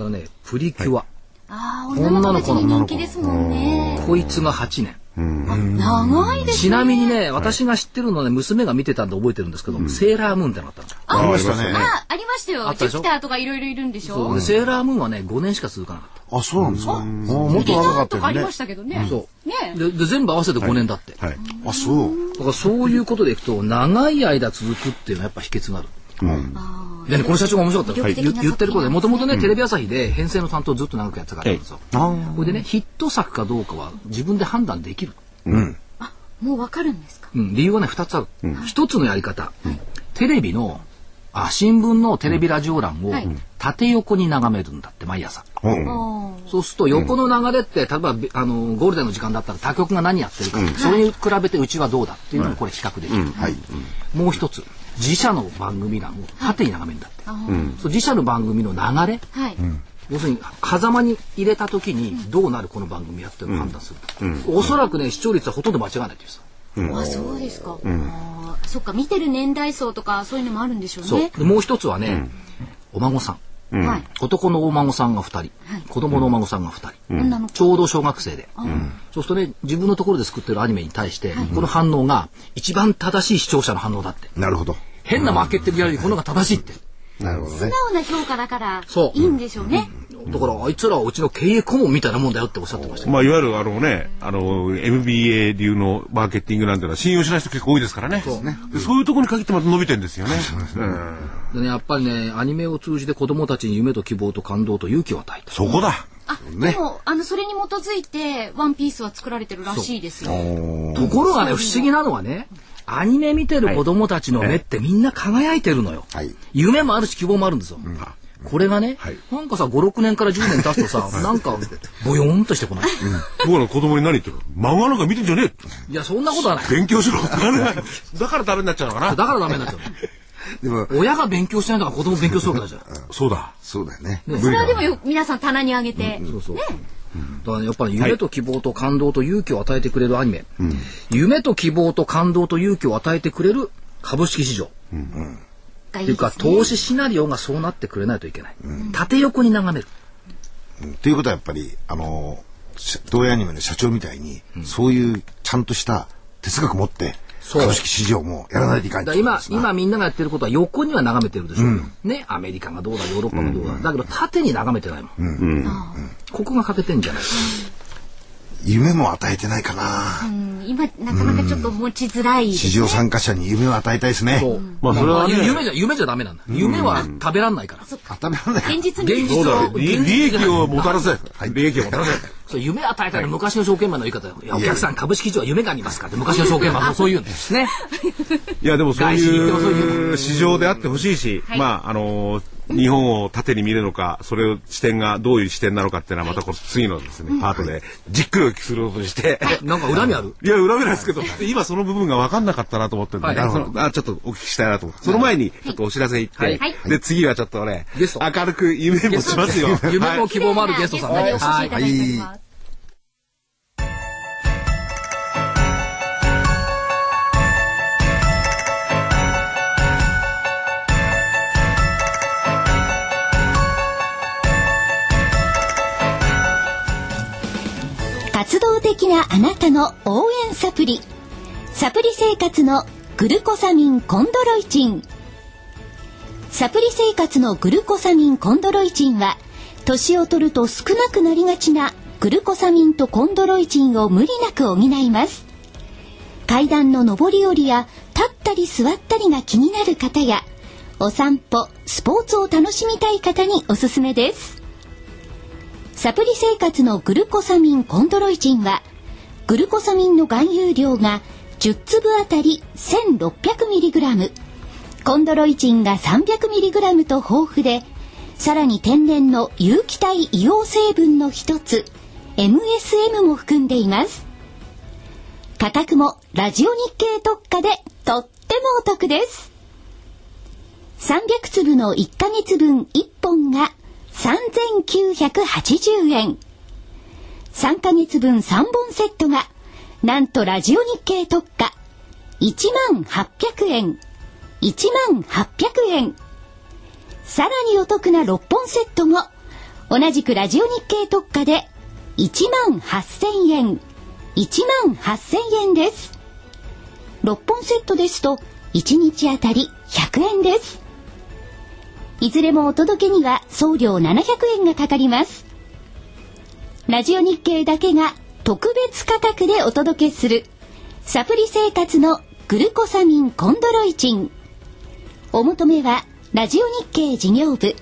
[SPEAKER 1] らね、プリキュア。
[SPEAKER 2] ああ女の子たちに人気ですもんね
[SPEAKER 1] こいつが8年。
[SPEAKER 2] 長いです
[SPEAKER 1] ち
[SPEAKER 2] ね
[SPEAKER 1] なみにね、私が知ってるのはね、娘が見てたんで覚えてるんですけど、セーラームーンってなったの。
[SPEAKER 3] ありましたね。
[SPEAKER 2] あありましたよ
[SPEAKER 1] あっ
[SPEAKER 2] ジ
[SPEAKER 1] たでしょ
[SPEAKER 2] ュピターとかいろいろいるんでしょ
[SPEAKER 1] そうでセーラームーンはね、5年しか続かなかっ
[SPEAKER 3] あ、そうなんですか。あーもっと長かっ
[SPEAKER 2] と
[SPEAKER 3] た
[SPEAKER 2] かあり
[SPEAKER 3] よ
[SPEAKER 2] ま
[SPEAKER 3] ね
[SPEAKER 2] し。たけどね、
[SPEAKER 1] た。そう。
[SPEAKER 2] ねえ
[SPEAKER 1] でで全部合わせて5年だって。だ
[SPEAKER 4] はい。
[SPEAKER 3] あ、そう。
[SPEAKER 1] からそういうことでいくと、長い間続くっていうのはやっぱ秘訣がある。でね、この社長が面白かったの
[SPEAKER 2] はい
[SPEAKER 1] ゆ言ってることで、もともとね、テレビ朝日で編成の担当をずっと長くやってたからなんですよ。これでね、ヒット作かどうかは自分で判断できる。
[SPEAKER 2] もうわかるんですか
[SPEAKER 1] うん、理由はね2つある、1つのやり方、テレビのあ新聞のテレビラジオ欄を
[SPEAKER 2] はい
[SPEAKER 1] 縦横に眺めるんだって毎朝
[SPEAKER 2] おー
[SPEAKER 1] そうすると横の流れって例えばべあのゴールデンの時間だったら他局が何やってるか、それに比べてうちはどうだっていうのをこれ比較できる、
[SPEAKER 3] はい。
[SPEAKER 1] もう1つ自社の番組欄を縦に眺めるんだって、そう自社の番組の流れ
[SPEAKER 2] はい、
[SPEAKER 1] 要するに狭間に入れた時にどうなるこの番組やってるのを判断する、おそらくね視聴率はほとんど間違いないというさ
[SPEAKER 5] あそうですか、あーそっか見てる年代層とかそういうのもあるんでしょう
[SPEAKER 1] そう
[SPEAKER 5] ね
[SPEAKER 1] でもう一つはね、お孫さん
[SPEAKER 5] はい、
[SPEAKER 1] 男のお孫さんが2人、子供のお孫さんが2人、
[SPEAKER 5] 女の子
[SPEAKER 1] ちょうど小学生で、そうするとね自分のところで作ってるアニメに対して、この反応が一番正しい視聴者の反応だって
[SPEAKER 3] なるほど。
[SPEAKER 1] 変なマーケティングよりこの方が正しいって、
[SPEAKER 3] なるほどね。
[SPEAKER 5] 素直な評価だから
[SPEAKER 1] そう
[SPEAKER 5] いいんでしょうね、
[SPEAKER 1] だからあいつらはうちの経営顧問みたいなもんだよっておっしゃってましたよ
[SPEAKER 4] まあ、いわゆるあのね、あの、MBA 流のマーケティングなんてのは信用しない人結構多いですからね。そうそういうところに限ってまた伸びてんですよね。うん
[SPEAKER 1] でねやっぱりねアニメを通じて子供たちに夢と希望と感動と勇気を与えた
[SPEAKER 4] そこだ。
[SPEAKER 5] あでもあのそれに基づいて「ワンピースは作られてるらしいですよ
[SPEAKER 1] ところがね不思議なのはねアニメ見てる子供たちの目ってみんな輝いてるのよ、
[SPEAKER 3] はい
[SPEAKER 1] 夢もあるし希望もあるんですよ、これがね、なんかさ56年から10年経つとさなんかボヨーンとしてこない、
[SPEAKER 4] 僕らの子供に何言ってる漫画なんか見てんじゃね
[SPEAKER 1] いやそんなことはない
[SPEAKER 4] え勉強しろだからダメになっちゃうのかな
[SPEAKER 1] だからダメになっちゃ
[SPEAKER 3] でも、
[SPEAKER 1] う親が勉強してないんだから子供勉強するわけだじゃん
[SPEAKER 4] そうだ。
[SPEAKER 3] そうだよね。
[SPEAKER 5] それはでもよ皆さん棚に上げて、
[SPEAKER 1] そうそう。だからやっぱり夢と希望と感動と勇気を与えてくれるアニメ、夢と希望と感動と勇気を与えてくれる株式市場
[SPEAKER 5] がいい
[SPEAKER 1] という
[SPEAKER 5] です
[SPEAKER 1] か
[SPEAKER 5] ね
[SPEAKER 1] 投資シナリオがそうなってくれないといけない、縦横に眺める
[SPEAKER 3] ということはやっぱり、あの、し東映アニメの社長みたいに、そういうちゃんとした哲学持って、
[SPEAKER 1] そう
[SPEAKER 3] 株式市場もやらないといかん
[SPEAKER 1] だか
[SPEAKER 3] っ
[SPEAKER 1] ら今
[SPEAKER 3] てことですな
[SPEAKER 1] 今みんながやってることは横には眺めてるでしょうよ、ねアメリカがどうだヨーロッパがどうだ、だけど縦に眺めてないもん、ここが欠けてんじゃない
[SPEAKER 3] 夢も与えてないかな、
[SPEAKER 5] うん今なかなかちょっと持ちづらいです
[SPEAKER 3] 市場参加者に夢を与えたいですね。
[SPEAKER 1] そう、
[SPEAKER 4] まあそれはね
[SPEAKER 1] 夢じゃ夢じゃダメなんだ、夢は食べらんないから、
[SPEAKER 3] 頭なんだよ。
[SPEAKER 5] 現実
[SPEAKER 1] 現
[SPEAKER 5] に
[SPEAKER 1] 実を
[SPEAKER 4] 利
[SPEAKER 1] 現実
[SPEAKER 4] 利
[SPEAKER 1] じゃ
[SPEAKER 4] 益
[SPEAKER 1] ない
[SPEAKER 4] をもたらせ。利益をも たらせ。
[SPEAKER 1] そう夢与えたら昔の証券マンの言い方よ。いや、お客さん、株式市場は夢がありますかって、昔の証券マンもそう言うんです ね。
[SPEAKER 4] いやでもそう
[SPEAKER 1] 外資に行ってもそうい
[SPEAKER 4] いう市場であってほしいし、まああのー日本を縦に見るのか、それを視点がどういう視点なのかっていうのはまたこの次のですねパートでじっくりお聞きすることにして。
[SPEAKER 1] なんか恨みある
[SPEAKER 4] いや、恨めないですけど、今その部分が分かんなかったなと思ってるんで、
[SPEAKER 1] はいなるほ
[SPEAKER 4] そのあちょっとお聞きしたいなと思って、その前にちょっとお知らせ行って、
[SPEAKER 1] はい
[SPEAKER 5] はい
[SPEAKER 4] で、次はちょっとね、
[SPEAKER 1] ゲスト
[SPEAKER 4] 明るく夢もしますよ。
[SPEAKER 1] 夢も
[SPEAKER 4] はい
[SPEAKER 1] 希望もあるゲストさん
[SPEAKER 5] にお
[SPEAKER 1] で
[SPEAKER 5] 越し
[SPEAKER 1] す。
[SPEAKER 5] い
[SPEAKER 1] は
[SPEAKER 5] た
[SPEAKER 1] い。
[SPEAKER 5] だいております、
[SPEAKER 6] 活動的なあなたの応援サプリサプリ生活のグルコサミンコンドロイチンサプリ生活のグルコサミンコンドロイチンは年を取ると少なくなりがちなグルコサミンとコンドロイチンを無理なく補います階段の上り下りや立ったり座ったりが気になる方やお散歩スポーツを楽しみたい方におすすめですサプリ生活のグルコサミンコンドロイチンはグルコサミンの含有量が10粒あたり 1600mg コンドロイチンが 300mg と豊富でさらに天然の有機体硫黄成分の一つ MSM も含んでいます価格もラジオ日経特価でとってもお得です300粒の1ヶ月分1本が3980円。3ヶ月分3本セットが、なんとラジオ日経特価、1800円。1800円。さらにお得な6本セットも、同じくラジオ日経特価で、18000円。18000円です。6本セットですと1日あたり100円ですいずれもお届けには送料700円がかかりますラジオ日経だけが特別価格でお届けするサプリ生活のグルコサミンコンドロイチンお求めはラジオ日経事業部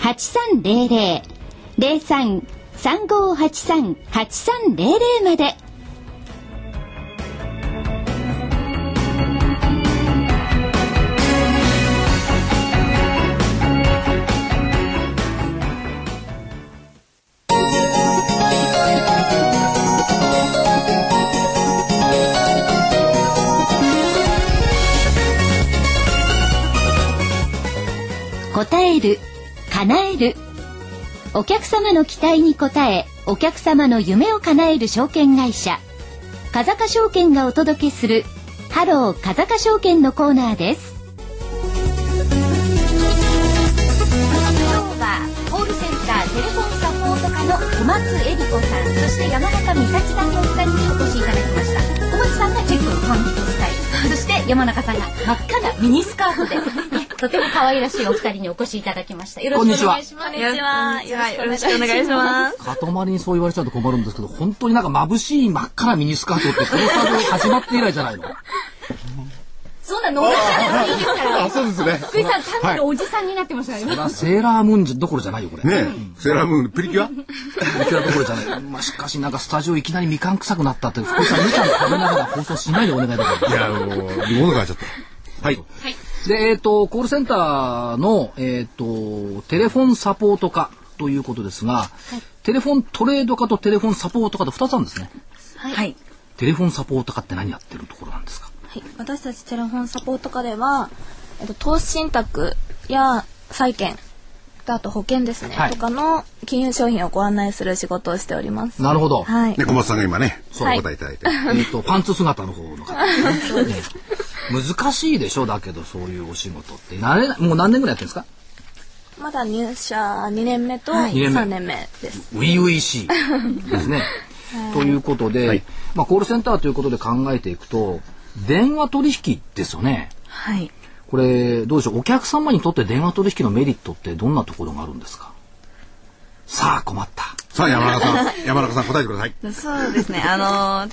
[SPEAKER 6] 03-3583-8300 03-3583-8300まで
[SPEAKER 7] 答える叶えるお客様の期待に応えお客様の夢を叶える証券会社風賀証券がお届けするハロー風賀証券のコーナーです
[SPEAKER 2] 今日はコールセンターテレフォンサポート課の小松恵理子さんそして山中美咲さんのお二人にお越しいただきました小松さんがチェックの短期スタイルそして山中さんが真っ赤なミニスカートで、 ねとても可愛らしいお二人にお越しいただきましたよろしくお願いします
[SPEAKER 8] こんにちは。よろしくお願いします。
[SPEAKER 1] 塊にそう言われちゃうと困るんですけど、本当になんか眩しい真っ赤なミニスカートって、このスタジオ始まって以来じゃないの。
[SPEAKER 2] そんな逃さなくていいですから
[SPEAKER 3] あ、そうですね。
[SPEAKER 2] 福井さん単なるおじさんになってましたよね、
[SPEAKER 1] セーラームーンじゃどころじゃないよ、これ。
[SPEAKER 4] ねえ、セーラームーン、プリキュア
[SPEAKER 1] いくらどころじゃない。まあ、しかしなんかスタジオいきなりみかん臭くなったって、福井さんみかん食べながら放送しないで お願いだから。
[SPEAKER 4] いや、もう、物が入っちゃった。はい。
[SPEAKER 1] で、えっ、と、コールセンターの、えっ、と、テレフォンサポート課ということですが、テレフォントレード課とテレフォンサポート課と2つあるんですね。
[SPEAKER 8] はい。
[SPEAKER 1] テレフォンサポート課って何やってるところなんですか
[SPEAKER 8] はい、私たちテレフォンサポート課では、えっと、投資信託や債券あと保険ですね、
[SPEAKER 1] はい
[SPEAKER 8] とかの金融商品をご案内する仕事をしております。
[SPEAKER 1] なるほど。
[SPEAKER 8] はい
[SPEAKER 4] で、、小松さんが今ね、そ
[SPEAKER 8] は
[SPEAKER 4] う
[SPEAKER 8] い
[SPEAKER 4] お答えいただいて。
[SPEAKER 1] えっ、と、パンツ姿の方の 方、ね難しいでしょ、だけどそういうお仕事って。慣れないもう何年ぐらいやってるんですか
[SPEAKER 8] まだ入社2年目と
[SPEAKER 1] 二年目
[SPEAKER 8] 3年目です。
[SPEAKER 1] 初々しいですね。ということで、まあ、コールセンターということで考えていくと、電話取引ですよね。
[SPEAKER 8] はい。
[SPEAKER 1] これ、どうでしょう、お客様にとって電話取引のメリットってどんなところがあるんですかさあ、困った。
[SPEAKER 4] さあ、山中さ ん、山中さん答えてください。
[SPEAKER 9] そうですね。あの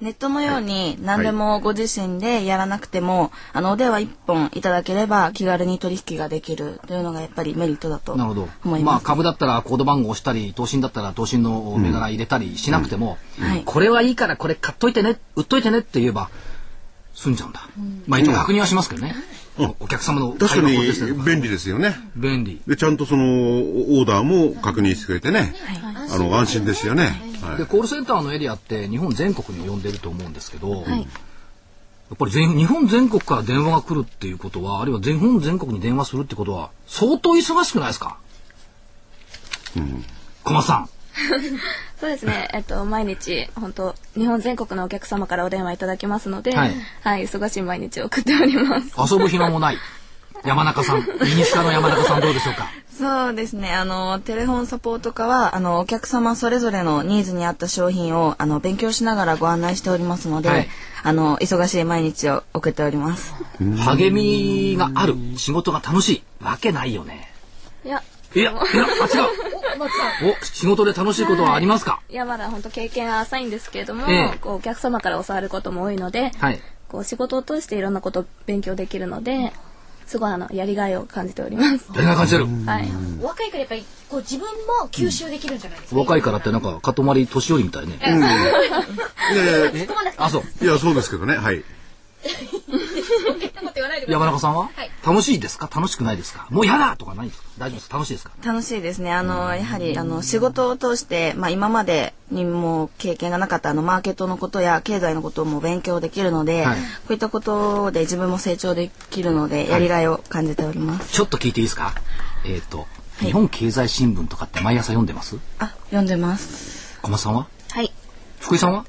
[SPEAKER 9] ネットのように何でもご自身でやらなくても、あのお電話一本いただければ気軽に取引ができるというのがやっぱりメリットだと
[SPEAKER 1] なるほど。
[SPEAKER 9] 思い
[SPEAKER 1] まあ
[SPEAKER 9] ます。
[SPEAKER 1] 株だったらコード番号を押したり、投信だったら投信の銘柄入れたりしなくても、
[SPEAKER 9] はい
[SPEAKER 1] これはいいからこれ買っといてね、売っといてねって言えば、済んじゃうんだ。まあ一応確認はしますけどね。お客様の
[SPEAKER 4] 確か
[SPEAKER 1] 話
[SPEAKER 4] に
[SPEAKER 1] をですね
[SPEAKER 4] 便利ですよね。
[SPEAKER 1] 便利。
[SPEAKER 4] で、ちゃんとその、オーダーも確認してくれてね。あの、安心ですよね。は
[SPEAKER 1] で、コールセンターのエリアって日本全国に及んでると思うんですけど、やっぱり全日本全国から電話が来るっていうことは、あるいは全日本全国に電話するってことは、相当忙しくないですか、小松さん。
[SPEAKER 8] そうですね。えっと、毎日、本当日本全国のお客様からお電話いただきますので、
[SPEAKER 1] は
[SPEAKER 8] はいい、忙しい毎日を送っております。
[SPEAKER 1] 遊ぶ暇も ない。山中さん、ミニスカの山中さんどうでしょうか。
[SPEAKER 9] そうですね。あのテレフォンサポート課はあのお客様それぞれのニーズに合った商品をあの勉強しながらご案内しておりますので、
[SPEAKER 1] はい
[SPEAKER 9] あの忙しい毎日を送っております。
[SPEAKER 1] 励みがある、仕事が楽しい、わけないよね。
[SPEAKER 8] いや、
[SPEAKER 1] いや、いや、あ、違う。お、仕事で楽しいことはありますか。
[SPEAKER 8] いや、まだ本当経験は浅いんですけれども、
[SPEAKER 1] ええ
[SPEAKER 8] こうお客様から教わることも多いので、
[SPEAKER 1] はい。
[SPEAKER 8] こう仕事を通していろんなことを勉強できるのですごいあのやりがいを感じております。
[SPEAKER 1] やりがい感じてる。
[SPEAKER 8] はい。
[SPEAKER 6] 若いからやっぱりこう自分も吸収できるんじゃないですか、
[SPEAKER 1] 若いからってなんか、かとまり年寄りみたいね。
[SPEAKER 4] い。で、
[SPEAKER 6] 突っ込まなくて
[SPEAKER 1] あ、そう。
[SPEAKER 4] いや、そうですけどね。はい。
[SPEAKER 6] そんなこと言わないでください
[SPEAKER 1] 山中さんは、
[SPEAKER 6] い
[SPEAKER 1] 楽しいですか楽しくないですかもうやだとかないですか大丈夫です楽しいですか
[SPEAKER 9] 楽しいですね。あの、やはり、あの、仕事を通して、まあ、今までにも経験がなかった、あの、マーケットのことや経済のことも勉強できるので、
[SPEAKER 1] はい
[SPEAKER 9] こういったことで自分も成長できるので、やりがいを感じております。
[SPEAKER 1] ちょっと聞いていいですかえっ、と、日本経済新聞とかって毎朝読んでます
[SPEAKER 9] あ、読んでます。
[SPEAKER 1] 小松さんは
[SPEAKER 9] はい。
[SPEAKER 1] 福井さんは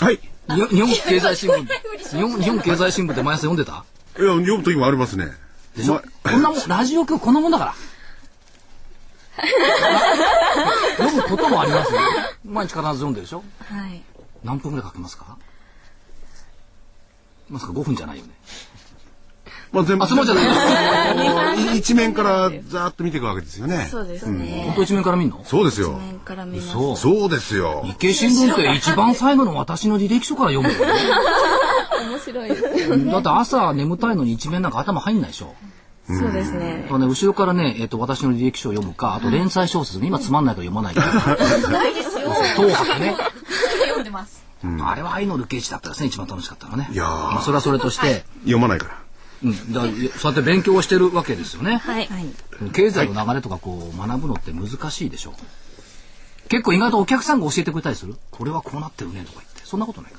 [SPEAKER 4] はい。
[SPEAKER 1] に日本経済新聞日本日本経済新聞って毎朝読んでた
[SPEAKER 4] いや、読む時もありますね。
[SPEAKER 1] でしょ、
[SPEAKER 4] ま
[SPEAKER 1] こんなもんラジオ局こんなもんだから読むこともありますよ毎日必ず読んでるでしょ
[SPEAKER 9] はい。
[SPEAKER 1] 何分ぐらいかけますかまさか5分じゃないよね
[SPEAKER 4] まあ、全部
[SPEAKER 1] あ、そうじゃない
[SPEAKER 4] あの一面からざーっと見ていくわけですよね。
[SPEAKER 9] そうですね。
[SPEAKER 1] 本当一面から見んの
[SPEAKER 4] そうですよ
[SPEAKER 9] 画。面から見ます。
[SPEAKER 1] そう
[SPEAKER 4] そうですよ
[SPEAKER 1] 日。経新聞って一番最後の私の履歴書から読むよ
[SPEAKER 8] 面白いです。
[SPEAKER 1] だって朝眠たいのに一面なんか頭入んないでしょ。
[SPEAKER 9] そうですね
[SPEAKER 1] だ。からね、後ろからね、えっ、と、私の履歴書を読むか、あと連載小説、今つまんないから読まないから。
[SPEAKER 6] ないですよ
[SPEAKER 1] 東博ね。
[SPEAKER 6] 読んでます
[SPEAKER 1] あれは愛のルケージだったですね、一番楽しかったのね。
[SPEAKER 4] いやー
[SPEAKER 1] まあ、それはそれとして、
[SPEAKER 4] 読まないから。
[SPEAKER 1] うん、だからそうやって勉強をしてるわけですよね。
[SPEAKER 8] はい。
[SPEAKER 9] はい。
[SPEAKER 1] 経済の流れとかこう、学ぶのって難しいでしょ。結構意外とお客さんが教えてくれたりするこれはこうなってるねとか言って。そんなことないか。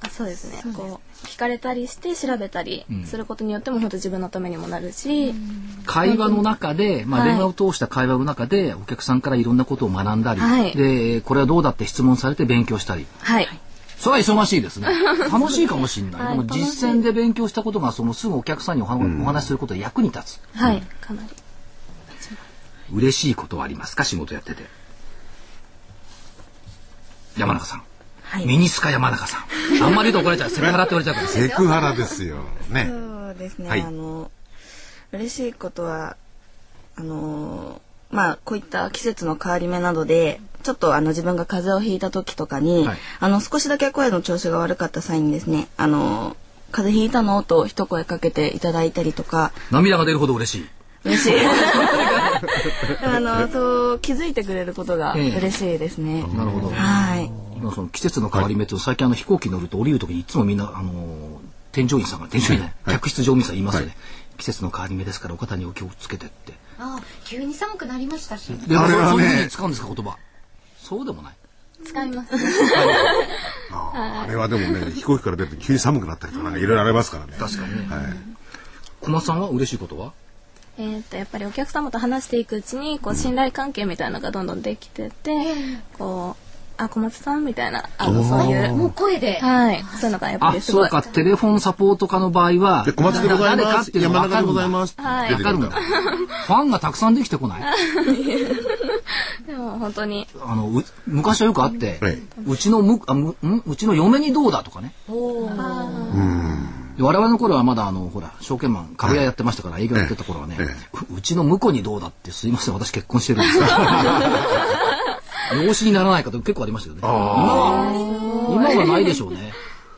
[SPEAKER 8] あそうですねこう聞かれたりして調べたりすることによっても本当自分のためにもなるし、
[SPEAKER 1] 会話の中で、まあ、
[SPEAKER 8] はい
[SPEAKER 1] 電話を通した会話の中でお客さんからいろんなことを学んだり、
[SPEAKER 8] はい
[SPEAKER 1] でこれはどうだって質問されて勉強したり
[SPEAKER 8] はい
[SPEAKER 1] それは忙しい ですね楽しいかもしれない、でも実践で勉強したことがそのすぐお客さんにお話,、お話しすることで役に立つ
[SPEAKER 8] はいかなり
[SPEAKER 1] 嬉しいことはありますか仕事やってて山中さん、
[SPEAKER 9] はい
[SPEAKER 1] ミニスカ山中さんあんまり言うと怒られちゃうセクハラって言われちゃうからです
[SPEAKER 4] セクハラですよ。ね。
[SPEAKER 9] そうですね、
[SPEAKER 4] はい
[SPEAKER 9] あの嬉しいことはあのまあこういった季節の変わり目などでちょっとあの自分が風邪をひいた時とかに、
[SPEAKER 1] はい
[SPEAKER 9] あの少しだけ声の調子が悪かった際にですねあの風邪ひいたのと一声かけていただいたりとか
[SPEAKER 1] 涙が出るほど嬉しい
[SPEAKER 9] 嬉しいあのそう気づいてくれることが嬉しいですね、
[SPEAKER 1] なるほど
[SPEAKER 9] はい
[SPEAKER 1] 今その季節の変わり目と、最近あの飛行機乗ると降りるときにいつもみんな、あのー添乗員さんが、添乗員じゃない、客室乗務員さん言いますよね、季節の変わり目ですからお肩にお気をつけてって。
[SPEAKER 6] あ急に寒くなりましたし
[SPEAKER 1] で、
[SPEAKER 4] あれはね
[SPEAKER 1] そういうふうに使うんですか、言葉。そうでもない。
[SPEAKER 6] 使います
[SPEAKER 4] あれはでもね、飛行機から出ると急に寒くなったりとか、なんかいろいろありますからね。
[SPEAKER 1] 確かにね。小松さんは嬉しいことは
[SPEAKER 8] えーっとやっぱりお客様と話していくうちにこう信頼関係みたいなのがどんどんできてて、こうあ小松さんみたいなあのそういう
[SPEAKER 6] もう声で
[SPEAKER 8] はいそういうのがやっぱ
[SPEAKER 1] あ、
[SPEAKER 8] りす
[SPEAKER 1] そ
[SPEAKER 8] ご
[SPEAKER 1] う
[SPEAKER 8] い
[SPEAKER 1] か、テレフォンサポート課の場合は、
[SPEAKER 4] で、小松でござい
[SPEAKER 1] 誰か
[SPEAKER 4] ま
[SPEAKER 1] っ
[SPEAKER 4] す。
[SPEAKER 1] ていうのが
[SPEAKER 4] 山
[SPEAKER 1] 分
[SPEAKER 4] 中
[SPEAKER 1] か
[SPEAKER 4] で
[SPEAKER 1] る
[SPEAKER 4] ご
[SPEAKER 1] ん
[SPEAKER 4] ざい
[SPEAKER 1] だ。
[SPEAKER 4] ます。
[SPEAKER 8] はい
[SPEAKER 4] 出
[SPEAKER 1] わ
[SPEAKER 4] て
[SPEAKER 1] か
[SPEAKER 4] く
[SPEAKER 1] る
[SPEAKER 4] る
[SPEAKER 1] ん
[SPEAKER 4] ん
[SPEAKER 1] だ。
[SPEAKER 4] だ。
[SPEAKER 1] ファンがたくさんできてこない。
[SPEAKER 8] でも本当に
[SPEAKER 1] あの、う昔はよくあって
[SPEAKER 4] はい、
[SPEAKER 1] うちのむ、あ、む、んうちの嫁にどうだとかね。で我々の頃はまだあのほら証券マン株屋やってましたから営業やってた頃はね、
[SPEAKER 4] ええ
[SPEAKER 1] ううちの婿にどうだってすいません私結婚してるん ですよ養子にならない方結構ありましたよね今は今はないでしょうね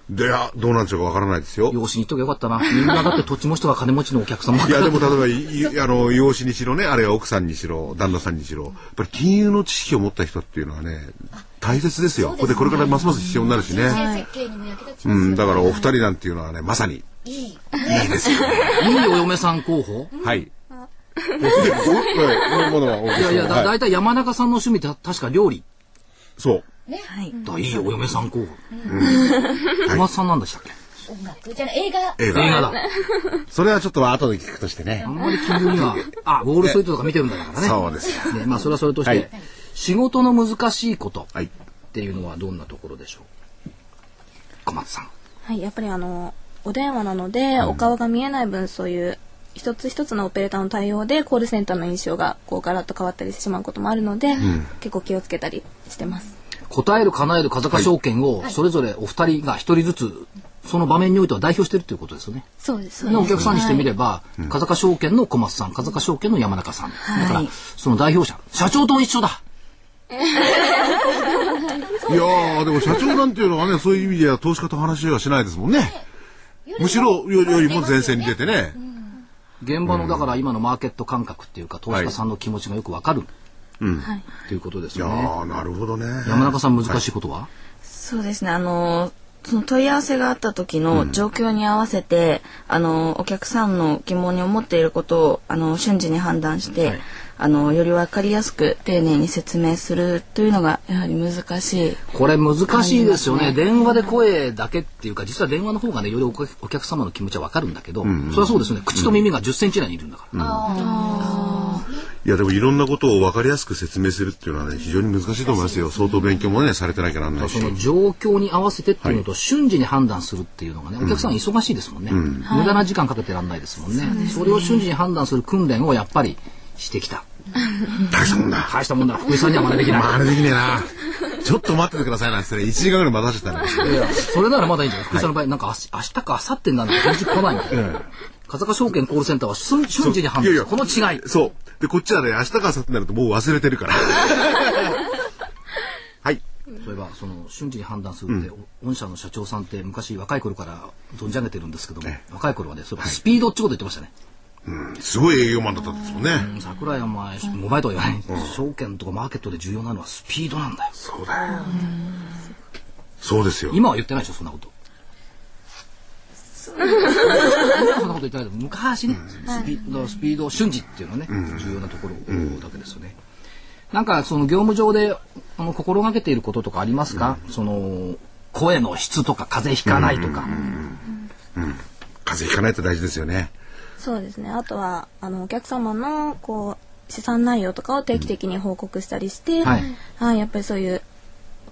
[SPEAKER 4] で、あどうなんでしょうかわからないですよ。
[SPEAKER 1] 養子に行っとけばよかったなみんなだって土地持ちとか金持ちのお客様ばっ
[SPEAKER 4] い
[SPEAKER 1] か
[SPEAKER 4] や、
[SPEAKER 1] り
[SPEAKER 4] でも例えばい、いあの、養子にしろね、あるいは奥さんにしろ、旦那さんにしろ、やっぱり金融の知識を持った人っていうのはね、大切ですよ。ここでこれからますます必要になるしね。
[SPEAKER 6] 設計にも役立ちま
[SPEAKER 4] う
[SPEAKER 6] す
[SPEAKER 4] ん、だからお二人なんていうのはね、まさに、い
[SPEAKER 6] いい
[SPEAKER 4] いですよ。
[SPEAKER 1] いいお嫁さん候補
[SPEAKER 4] はい。でこうはいこういうものはお
[SPEAKER 1] いやいやだ
[SPEAKER 4] はい
[SPEAKER 1] 大体山中さんの趣味って確か料理
[SPEAKER 4] そう。
[SPEAKER 9] はい、
[SPEAKER 1] だいいお嫁さん候補小松さんなんでしたっけ
[SPEAKER 6] 音楽じゃない映画
[SPEAKER 4] 映
[SPEAKER 1] 映画だ
[SPEAKER 4] 画。それはちょっと後で聞くとしてね
[SPEAKER 1] あ。んまり金融にはあウォールストリートとか見てるんだからね
[SPEAKER 4] そうですよ。
[SPEAKER 1] ね、まあそれはそれとして、
[SPEAKER 4] はい
[SPEAKER 1] 仕事の難しいこと
[SPEAKER 4] はい。
[SPEAKER 1] っていうのはどんなところでしょう小松さん。
[SPEAKER 8] はい、やっぱりあのお電話なので、お顔が見えない分そういう一つ一つのオペレーターの対応でコールセンターの印象がこうガラッと変わったりしてしまうこともあるので、結構気をつけたりしてます。
[SPEAKER 1] 答える叶える風か証券をそれぞれお二人が一人ずつその場面においては代表してるということですよね。
[SPEAKER 8] そうです
[SPEAKER 1] でお客さんにしてみれば、風か証券の小松さん風か証券の山中さん、だからその代表者社長と一緒だ
[SPEAKER 4] いやー、でも社長なんていうのはね、そういう意味では投資家と話はしないですもんね。むしろよよりも前線に出てね。
[SPEAKER 1] 現場のだから今のマーケット感覚っていうか投資家さんの気持ちがよくわかる、ということです
[SPEAKER 4] いや
[SPEAKER 1] よね。
[SPEAKER 4] ー、なるほどね。
[SPEAKER 1] 山中さん難しいことは、
[SPEAKER 9] そうですね。あのその問い合わせがあった時の状況に合わせて、あのお客さんの疑問に思っていることをあの瞬時に判断して、
[SPEAKER 1] はい
[SPEAKER 9] あのより分かりやすく丁寧に説明するというのがやはり難しい。
[SPEAKER 1] これ難しいですよね
[SPEAKER 9] 感じますね
[SPEAKER 1] 電話で声だけっていうか実は電話の方がねよりお客お客様の気持ちは分かるんだけど、それはそうですよね口と耳が1 0センチ以内にいるんだから、
[SPEAKER 4] いや、でもいろんなことを分かりやすく説明するっていうのはね、非常に難しいと思いますよ。相当勉強もね、されてなきゃなんないし。
[SPEAKER 1] その状況に合わせてっていうのと、瞬時に判断するっていうのがねお客さん忙しいですもんね、無駄な時間かけてらんないですもんね,、それを瞬時に判断する訓練をやっぱりしてきた
[SPEAKER 4] 大したもんだ。
[SPEAKER 1] 大したもんだ福井さんには真似できない
[SPEAKER 4] まあ、あれできねえな。ちょっと待っててくださいなんてね、1時間ぐらい待たせたら。
[SPEAKER 1] いやそれならまだいいんじゃない福井さんの場合、なんかあし明日か明後日になるの返事来ないみたいな、風賀証券コールセンターは瞬瞬時に判断
[SPEAKER 4] いやいや
[SPEAKER 1] この違い
[SPEAKER 4] そう。で、こっちはね、明日か明後日になるともう忘れてるから。はい。
[SPEAKER 1] そういえばその瞬時に判断するって、お御社の社長さんって昔若い頃から存じ上げてるんですけども、
[SPEAKER 4] え
[SPEAKER 1] 若い頃はねそういえばスピードってこと言ってましたね、
[SPEAKER 4] すごい営業マンだったんですもんね。
[SPEAKER 1] 桜井お前お前とは言わない、証券とかマーケットで重要なのはスピードなんだよ
[SPEAKER 4] そうだよ。そうですよ。
[SPEAKER 1] 今は言ってないでしょそんなこと今はそんなこと言ってないけど昔ね、スピードスピード瞬時っていうのはね、重要なところだけですよね、なんかその業務上であの心がけていることとかありますか、その声の質とか風邪ひかないとか、
[SPEAKER 4] 風邪ひかないって大事ですよね。
[SPEAKER 8] そうですねあとはあのお客様のこう資産内容とかを定期的に報告したりして、
[SPEAKER 1] はい
[SPEAKER 8] はい、やっぱりそういう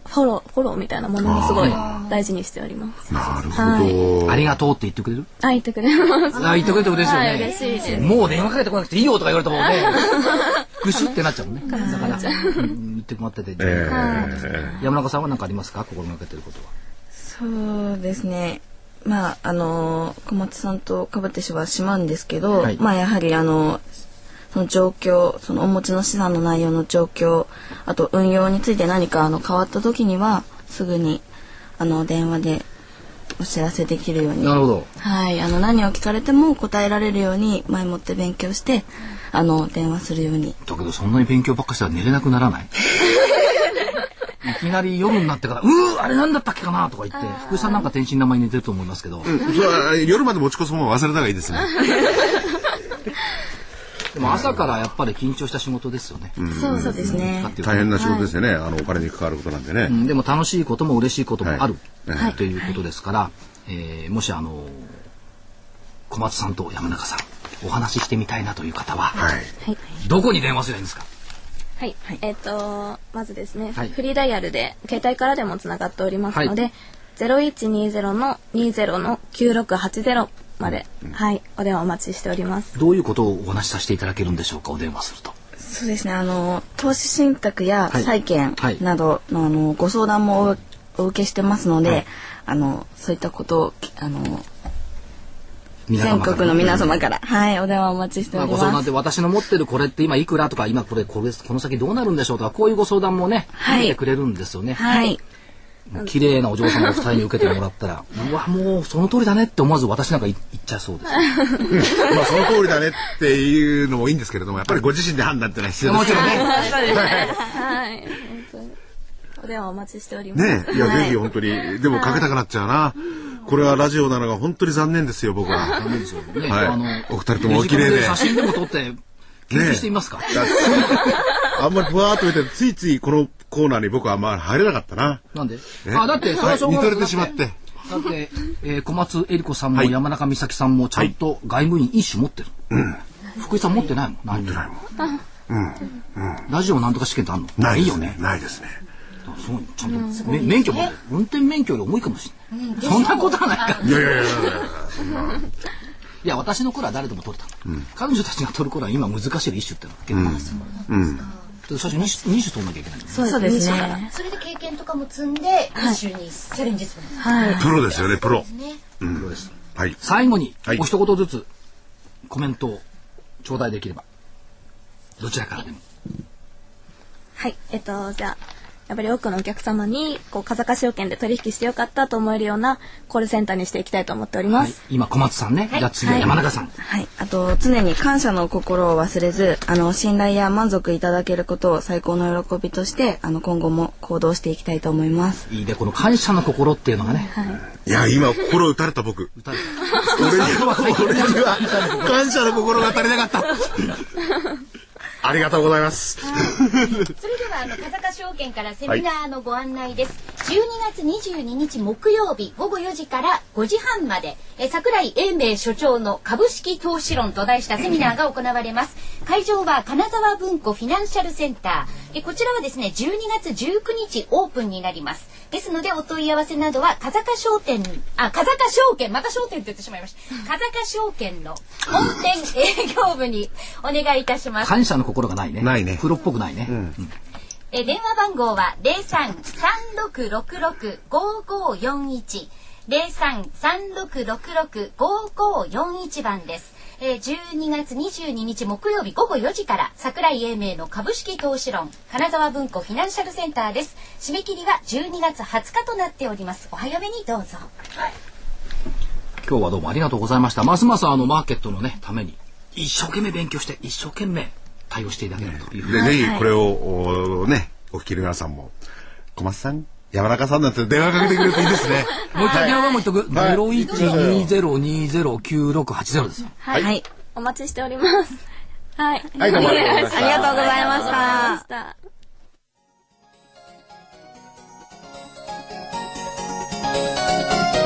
[SPEAKER 8] フォローフォローみたいなものもすごい大事にしております。
[SPEAKER 4] なる
[SPEAKER 8] はい、
[SPEAKER 4] ほど。
[SPEAKER 1] ありがとうって言ってくれる
[SPEAKER 8] あ言ってくれ ます。
[SPEAKER 1] あ言ってくれて嬉しいよね、
[SPEAKER 8] はい嬉しいです。
[SPEAKER 1] もう電話かけてこなくていいよとか言われたもんね。 ぐしゅってなっちゃうもんね。だから、うん言ってもらってて。
[SPEAKER 4] えー
[SPEAKER 1] 山中さんは何かありますか心がけてることは。
[SPEAKER 9] そうですね。まああの小松さんとかぶってしまうんですけど、
[SPEAKER 1] はい
[SPEAKER 9] まあやはりあのその状況、そのお持ちの資産の内容の状況、あと運用について何かあの変わった時にはすぐにあの電話でお知らせできるように。
[SPEAKER 1] なるほど。
[SPEAKER 9] はい、あの何を聞かれても答えられるように前もって勉強して、あの電話するように。
[SPEAKER 1] だけどそんなに勉強ばっかしたら寝れなくならないいきなり夜になってから、うーあれなんだったっけかなとか言って、福井さんなんか天真爛漫に寝てると思いますけど、
[SPEAKER 4] それは夜まで持ち越すものは忘れた方がいいですね。
[SPEAKER 1] でも朝からやっぱり緊張した仕事ですよね。
[SPEAKER 9] そうそうですね
[SPEAKER 1] か。っていうと
[SPEAKER 4] 大変な仕事ですよね。あの、お金に関わることなんで
[SPEAKER 1] う
[SPEAKER 4] ね。
[SPEAKER 1] んでも楽しいことも嬉しいこともある、
[SPEAKER 4] はい
[SPEAKER 1] ということですから、えーもしあの小松さんと山中さんお話ししてみたいなという方は、
[SPEAKER 4] はい。
[SPEAKER 8] はい
[SPEAKER 1] どこに電話すればいいんですか
[SPEAKER 8] はい、えっ、とまずですね、
[SPEAKER 1] はい
[SPEAKER 8] フリーダイヤルで携帯からでもつながっておりますので、
[SPEAKER 1] は
[SPEAKER 8] 0120の20の9680まで、はいお電話お待ちしております。
[SPEAKER 1] どういうことをお話しさせていただけるんでしょうかお電話すると
[SPEAKER 9] そうですね。あの投資信託や
[SPEAKER 1] はい
[SPEAKER 9] 債券
[SPEAKER 1] はい
[SPEAKER 9] などの,、あのご相談もおお受けしてますので、あのそういったことをあの全国の皆様から、はいお電話お待ちしてお
[SPEAKER 1] まあ
[SPEAKER 9] り
[SPEAKER 1] ご相
[SPEAKER 9] ま
[SPEAKER 1] 談
[SPEAKER 9] す。
[SPEAKER 1] で私の持ってるこれって今いくらとか今これこれこの先どうなるんでしょうとかこういうご相談もね、
[SPEAKER 9] はい
[SPEAKER 1] 受けてくれるんですよね、
[SPEAKER 9] はい。
[SPEAKER 1] 綺麗なお嬢様お二人に受けてもらった らうわもうその通りだねって思わず私なんか言っちゃいそうです
[SPEAKER 4] まあ、その通りだねっていうのもいいんですけれども、やっぱりご自身で判断ってのは必要で
[SPEAKER 1] も
[SPEAKER 4] す
[SPEAKER 1] ちろんね
[SPEAKER 8] はい、本当にお電話お待ちしております。
[SPEAKER 4] ねえ、いや、ぜひ本当に、でもかけたくなっちゃうな。これはラジオなのが本当に残念ですよ、僕
[SPEAKER 1] ダ
[SPEAKER 4] は。
[SPEAKER 1] メですよね。
[SPEAKER 4] はい
[SPEAKER 1] あの
[SPEAKER 4] お二人ともお綺麗で
[SPEAKER 1] レジカメ写真でも撮って、掲示してみますか。
[SPEAKER 4] だついあんまりふわーっと見てるついついこのコーナーに僕はあんまり入れなかったな。
[SPEAKER 1] なんで
[SPEAKER 4] ね
[SPEAKER 1] あ、だって、それはしょうが
[SPEAKER 4] は
[SPEAKER 1] ないい
[SPEAKER 4] 見とれてしまって。
[SPEAKER 1] だって、えー小松恵里子さんも
[SPEAKER 4] はい
[SPEAKER 1] 山中美咲さんもちゃんと外務員一種持ってる。福井さん持ってないもん。何
[SPEAKER 4] ないも
[SPEAKER 1] ラジオなんとか試験ってあんの
[SPEAKER 4] ない
[SPEAKER 1] よ
[SPEAKER 4] よ
[SPEAKER 1] ね
[SPEAKER 4] ね。。ないですね。
[SPEAKER 1] そうよちゃんと、め免許も、運転免許より重いかもしれない。そんなことはないか。
[SPEAKER 4] いやいやいやいや
[SPEAKER 1] いや、私の頃は誰でも取れた。彼女たちが取る頃は今難しい一種ってのは結構あるんですよ。だって最初2種取んなきゃいけないんだもん
[SPEAKER 9] そうですね。
[SPEAKER 6] それで経験とかも積んで、一緒にチャレンジするんですね。
[SPEAKER 4] プロですよね、プロ。
[SPEAKER 1] プロです。
[SPEAKER 4] はい。
[SPEAKER 1] 最後に、
[SPEAKER 4] はい
[SPEAKER 1] お一言ずつコメントを頂戴できればどちらからでも
[SPEAKER 8] はい、えっと、じゃあ、やっぱり多くのお客様に、こう、風化証券で取引してよかったと思えるようなコールセンターにしていきたいと思っておりま
[SPEAKER 1] はい
[SPEAKER 8] す。、
[SPEAKER 1] 今小松さんね、じゃあ次は山中さん、
[SPEAKER 9] はい、あと常に感謝の心を忘れずあの信頼や満足いただけることを最高の喜びとしてあの今後も行動していきたいと思います。
[SPEAKER 1] い、いでこの感謝の心っていうのがね、
[SPEAKER 4] いや、今、心打たれた僕。
[SPEAKER 1] 歌う
[SPEAKER 4] 俺には、俺には、感謝の心が足りなか った。ありがとうございます。
[SPEAKER 6] それではあの風賀証券からセミナーのご案内です、12月22日木曜日午後4時から5時半までえー桜井英明所長の株式投資論と題したセミナーが行われます会場は金沢文庫フィナンシャルセンターえこちらはですね12月19日オープンになりますですのでお問い合わせなどは風賀商店あ風賀証券また商店って言ってしまいました風賀証券の本店営業部にお願いいたします
[SPEAKER 1] 感謝の心がないね
[SPEAKER 4] ないね
[SPEAKER 1] プロっぽくないね、うん
[SPEAKER 6] えー電話番号は零三三六六六五五四一零三三六六六五五四一番です。えー12月22日木曜日午後4時から桜井英明の株式投資論金沢文庫フィナンシャルセンターです締め切りは12月20日となっておりますお早めにどうぞ
[SPEAKER 1] 今日はどうもありがとうございましたますますあのマーケットのねために一生懸命勉強して一生懸命対応していただけるというふうに
[SPEAKER 4] で、ぜひこれを、おね、お聞きの皆さんも、小松さん、山中さんなんて電話かけてくれるといいですね。
[SPEAKER 1] もう一回電話番号言っとく、
[SPEAKER 4] はい
[SPEAKER 1] 0120209680ですよ
[SPEAKER 8] はい。
[SPEAKER 9] はい
[SPEAKER 8] お待ちしております。はい。
[SPEAKER 4] はい、どうもありがとうございま
[SPEAKER 9] あ
[SPEAKER 4] し
[SPEAKER 9] りが
[SPEAKER 4] た。
[SPEAKER 9] とうございました。
[SPEAKER 8] した。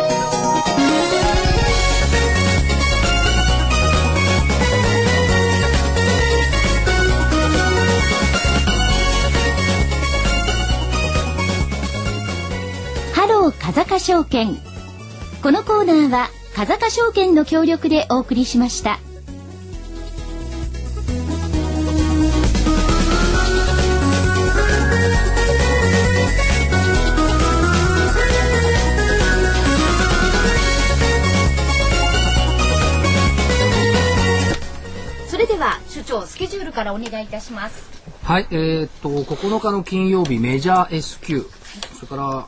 [SPEAKER 7] 証券このコーナーは風賀証券の協力でお送りしました。
[SPEAKER 6] それでは所長スケジュールからお願いいたします
[SPEAKER 1] はい、えーっと、9日の金曜日、メジャー S q それから、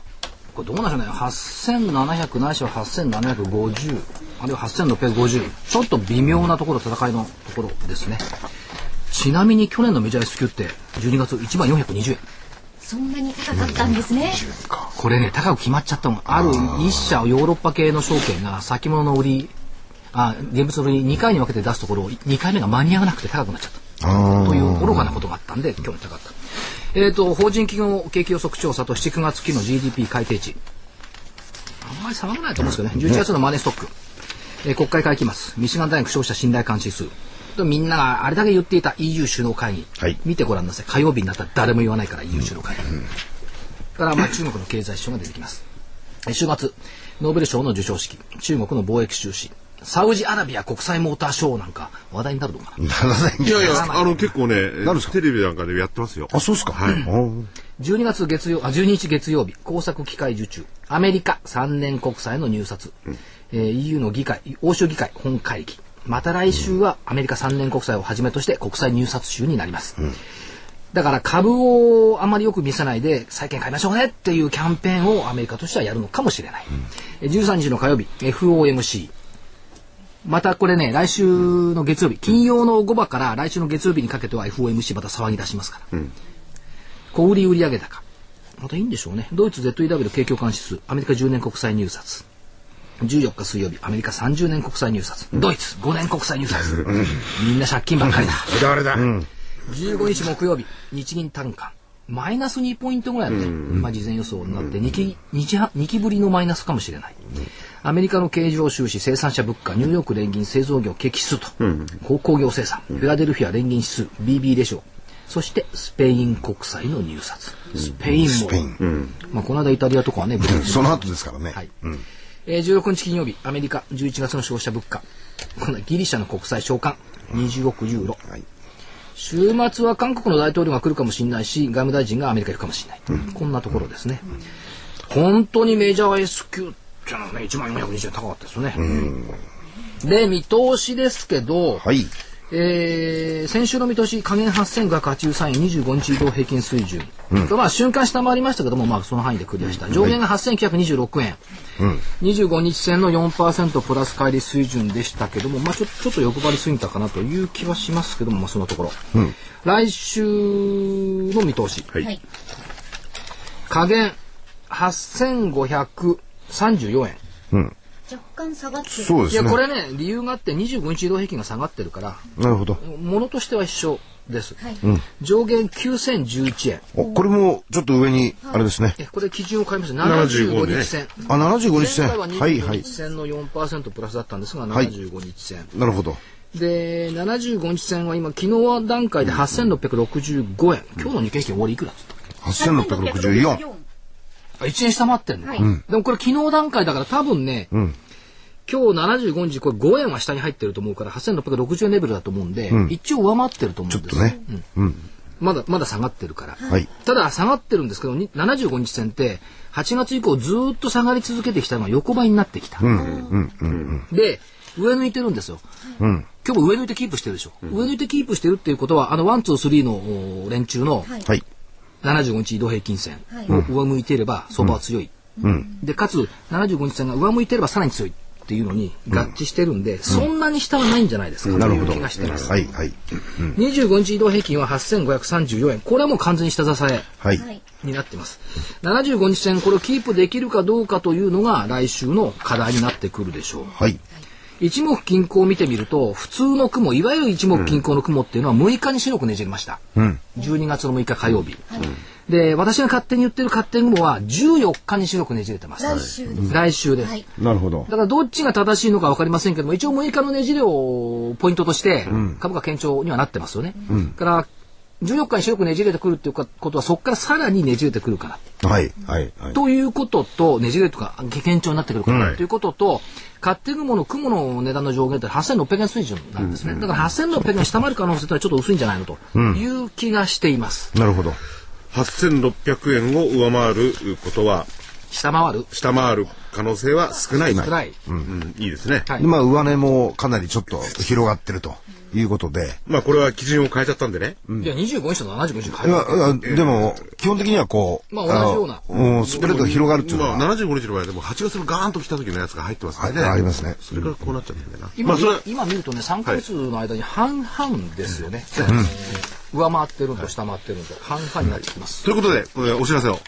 [SPEAKER 1] これどうなんでしょうね、8700ないしは8750、あるいは8650、ちょっと微妙なところ、戦いのところですね。ちなみに去年のメジャー S q って、12月1万420円。
[SPEAKER 6] そんなに高かったんですね
[SPEAKER 1] これね、高く決まっちゃったの。ある一社、ヨーロッパ系の証券が先物の売り、あ、現物の売り2回に分けて出すところを、2回目が間に合わなくて高くなっちゃった。という愚かなことがあったんで、今日に高かった。えっ、と、法人企業景気予測調査と7、9月期の GDP 改定値。あんまり騒がないと思うんですけどね。11月のマネーストック。えー国会会期末、ミシガン大学消費者信頼感指数。でみんながあれだけ言っていた EU 首脳会議。
[SPEAKER 3] はい
[SPEAKER 1] 見てごらんなさい。火曜日になったら誰も言わないから EU 首脳会議。それから、まあ、中国の経済首相が出てきます。えー週末、ノーベル賞の授賞式、中国の貿易収支、サウジアラビア国際モーターショーなんか話題になるのかな。
[SPEAKER 4] いやいや、あの、結構ね、テレビなんかでやってますよ。
[SPEAKER 3] あ、そうっすか。はい。
[SPEAKER 1] 12月月曜あ12日月曜日工作機械受注アメリカ3年国債の入札、えー EU の議会欧州議会本会議また来週はアメリカ3年国債をはじめとして国債入札週になります、だから株をあまりよく見せないで債券買いましょうねっていうキャンペーンをアメリカとしてはやるのかもしれない、えー13日の火曜日 FOMC またこれね来週の月曜日金曜の午後から来週の月曜日にかけては FOMC また騒ぎ出しますから、小売売上高またいいんでしょうねドイツ ZEW 景況感指数アメリカ10年国債入札14日水曜日アメリカ30年国債入札ドイツ5年国債入札みんな借金ばっかりだ
[SPEAKER 3] 誰だ
[SPEAKER 1] 15日木曜日日銀短観マイナス2ポイントぐらいだね、まあ、事前予想になって2期 ,2 期ぶりのマイナスかもしれないアメリカの経常収支生産者物価ニューヨーク連銀製造業景気指数と、鉱工業生産フィラデルフィア連銀指数 BB レシオそしてスペイン国債の入札スペインも、まあ、この間イタリアとかはねブレーキ
[SPEAKER 3] その後ですからね。
[SPEAKER 1] はいえー16日金曜日アメリカ11月の消費者物価今度はギリシャの国債償還20億ユーロ、
[SPEAKER 3] はい
[SPEAKER 1] 週末は韓国の大統領が来るかもしれないし外務大臣がアメリカ行くかもしれない、こんなところですね、本当にメジャー S q っていうのはね1万420円高かったですよね、で見通しですけど、
[SPEAKER 3] はい。
[SPEAKER 1] えー先週の見通し、下限8583円、25日移動平均水準、まあ、瞬間下回りましたけども、まあ、その範囲でクリアした、上限が8926円、25日線の4%プラス乖離水準でしたけども、まあ、ちょちょっと欲張りすぎたかなという気はしますけども、まあ、そのところ、来週の見通し、
[SPEAKER 6] い
[SPEAKER 1] 下限8534円。
[SPEAKER 6] 若干下がってる
[SPEAKER 3] そうで
[SPEAKER 1] い
[SPEAKER 3] す
[SPEAKER 1] や、
[SPEAKER 3] ね
[SPEAKER 1] こ。れね、理由があって25日移動平均が下がってるから、
[SPEAKER 3] なるほど。
[SPEAKER 1] ものとしては一緒です、
[SPEAKER 6] はい
[SPEAKER 1] 上限9011円
[SPEAKER 3] おこれも、ちょっと上に、あれですね。
[SPEAKER 1] えこれ基準を変えました
[SPEAKER 4] 75
[SPEAKER 1] 75
[SPEAKER 4] ね
[SPEAKER 1] 日線、
[SPEAKER 3] あ、75日
[SPEAKER 1] 前
[SPEAKER 3] 線。
[SPEAKER 1] 回は
[SPEAKER 3] はいは
[SPEAKER 1] 25
[SPEAKER 3] い
[SPEAKER 1] 日。線の4%プラスだったんですが
[SPEAKER 3] はい
[SPEAKER 1] 75日線、
[SPEAKER 3] なるほど。
[SPEAKER 1] で75日線は今昨日段階で8665円、今日の日経平均終わりいくらっつった
[SPEAKER 3] 8664。
[SPEAKER 1] あ1円下回ってんの、でもこれ昨日段階だから多分ね、今日75日これ5円は下に入ってると思うから8660円レベルだと思うんで、一応上回ってると思うんです
[SPEAKER 3] ちょっとね
[SPEAKER 1] うんまだまだ下がってるから、
[SPEAKER 3] はい。
[SPEAKER 1] ただ下がってるんですけどに75日線って8月以降ずーっと下がり続けてきたのが横ばいになってきた、で上抜いてるんですよ、今日も上抜いてキープしてるでしょ、上抜いてキープしてるっていうことはあのワンツースリーのおー連中の
[SPEAKER 3] はい。
[SPEAKER 1] 75日移動平均線を上向いていれば相場は強い、でかつ75日線が上向いてればさらに強いっていうのに合致してるんで、そんなに下はないんじゃないですか、
[SPEAKER 3] な
[SPEAKER 1] と
[SPEAKER 3] るほ
[SPEAKER 1] いう
[SPEAKER 3] ど。
[SPEAKER 1] 気がしてます、
[SPEAKER 3] はいはい。
[SPEAKER 1] 25日移動平均は8534円これはもう完全に下支え
[SPEAKER 3] はい。
[SPEAKER 1] になってます。75日線、これをキープできるかどうかというのが来週の課題になってくるでしょう。
[SPEAKER 3] はい。
[SPEAKER 1] 一目均衡を見てみると、普通の雲、いわゆる一目均衡の雲っていうのは6日に白くねじれました。12月の6日火曜日。で、私が勝手に言ってる勝手に雲は14日に白くねじれてます。
[SPEAKER 6] 来週です
[SPEAKER 1] 来週です。
[SPEAKER 6] はい
[SPEAKER 3] なるほど。
[SPEAKER 1] だからどっちが正しいのか分かりませんけども、一応6日のねじれをポイントとして、株価堅調にはなってますよね。だから、 14日に白くねじれてくるっていうかことはそこからさらにねじれてくるから
[SPEAKER 3] はいはいはい。
[SPEAKER 1] ということとねじれとか堅調になってくるから、ということと買ってるもの雲の値段の上限って8600円水準なんですね、だから8600円下回る可能性というのはちょっと薄いんじゃないのという気がしています、
[SPEAKER 3] なるほど。
[SPEAKER 4] 8600円を上回ることは
[SPEAKER 1] 下回る
[SPEAKER 4] 下回る可能性は少ない
[SPEAKER 1] 少ない
[SPEAKER 4] うん、いいですね、
[SPEAKER 1] はい
[SPEAKER 3] でまあ上値もかなりちょっと広がってるということで。
[SPEAKER 4] まあこれは基準を変えちゃったんでね、
[SPEAKER 1] いや25日と75日
[SPEAKER 3] い
[SPEAKER 1] 変え
[SPEAKER 3] や
[SPEAKER 1] る
[SPEAKER 3] いやでも基本的にはこう、
[SPEAKER 1] まあ同じような
[SPEAKER 3] のうんスプレッドが広がるっていうの
[SPEAKER 4] ま
[SPEAKER 3] は、
[SPEAKER 4] あ75日の場合はでも8月のガーンと来た時のやつが入ってますからね、
[SPEAKER 3] はいありますね
[SPEAKER 4] それからこうなっちゃったんだよな、
[SPEAKER 1] 今,、
[SPEAKER 4] まあそれは
[SPEAKER 1] 今見るとね3ヶ月の間に半々ですよね、上回ってるのと下回ってるのと半々になってきます、
[SPEAKER 4] ということでこれお知らせを
[SPEAKER 6] はい。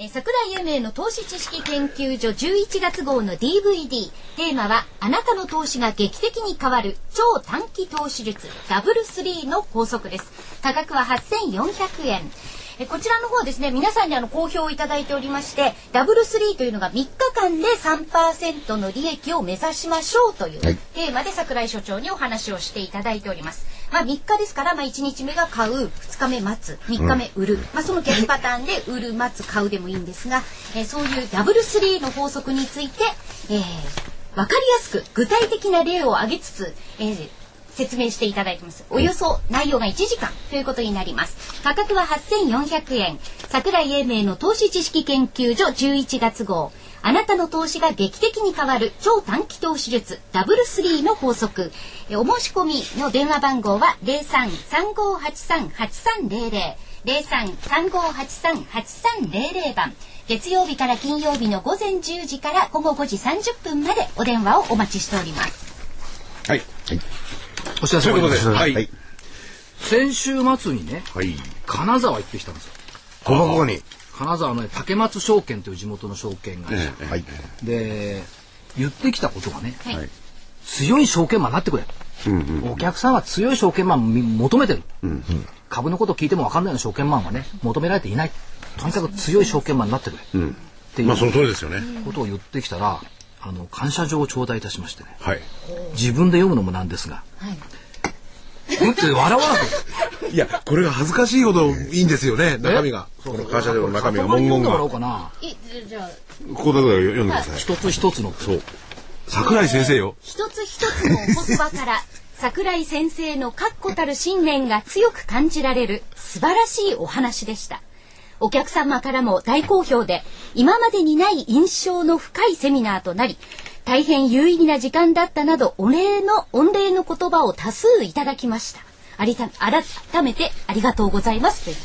[SPEAKER 6] えー桜井英明の投資知識研究所11月号の DVD テーマは「あなたの投資が劇的に変わる超短期投資術ダブルスリーの法則」です価格は8400円えーこちらの方ですね皆さんにあの好評をいただいておりましてダブルスリーというのが3日間で3%の利益を目指しましょうというテーマで桜井所長にお話をしていただいております、まあ、3日ですから、まあ、1日目が買う2日目待つ3日目売る、まあ、その逆パターンで売る待つ買うでもいいんですが、えーそういうダブルスリーの法則について、え分かりやすく具体的な例を挙げつつ、えー説明していただいてますおよそ内容が1時間ということになります価格は8400円桜井英明の投資知識研究所11月号あなたの投資が劇的に変わる超短期投資術ダブルスリーの法則えお申し込みの電話番号は0335838300 0335838300番月曜日から金曜日の午前10時から午後5時30分までお電話をお待ちしております
[SPEAKER 4] はい
[SPEAKER 1] お知ら
[SPEAKER 4] と
[SPEAKER 1] せ
[SPEAKER 4] いう
[SPEAKER 1] もあ
[SPEAKER 4] こ
[SPEAKER 1] り
[SPEAKER 4] と
[SPEAKER 1] ま
[SPEAKER 4] ですはい
[SPEAKER 3] はい
[SPEAKER 1] 先週末にね
[SPEAKER 4] はい
[SPEAKER 1] 金沢行ってきたんですよ
[SPEAKER 3] このここに、
[SPEAKER 1] 金沢のね竹松証券という地元の証券会社、
[SPEAKER 3] はい、
[SPEAKER 1] で言ってきたことがね、
[SPEAKER 6] はい
[SPEAKER 1] 強い証券マンになってくれ、お客さんは強い証券マンをみ求めてる、株のことを聞いても分かんないような証券マンはね求められていないとにかく強い証券マンになってくれ、ってい
[SPEAKER 4] まあその
[SPEAKER 1] う
[SPEAKER 4] 通りですよね、
[SPEAKER 1] ことを言ってきたらあの感謝状を頂戴いたしましてね
[SPEAKER 4] はい
[SPEAKER 1] 自分で読むのもなんですが、うんって笑わなくて
[SPEAKER 4] いやこれが恥ずかしいほどいいんですよね中身がこの会社での中身が文言
[SPEAKER 1] 頭に読んでもらお
[SPEAKER 4] が
[SPEAKER 1] うかない
[SPEAKER 6] じゃあ
[SPEAKER 4] ここだけ読んでください
[SPEAKER 1] 一つ一つの
[SPEAKER 4] そう桜井先生よ
[SPEAKER 6] 一つ一つのお言葉から桜井先生の確固たる信念が強く感じられる素晴らしいお話でしたお客様からも大好評で今までにない印象の深いセミナーとなり大変有意義な時間だったなどお礼の御礼の言葉を多数いただきましたありた改めてありがとうございますという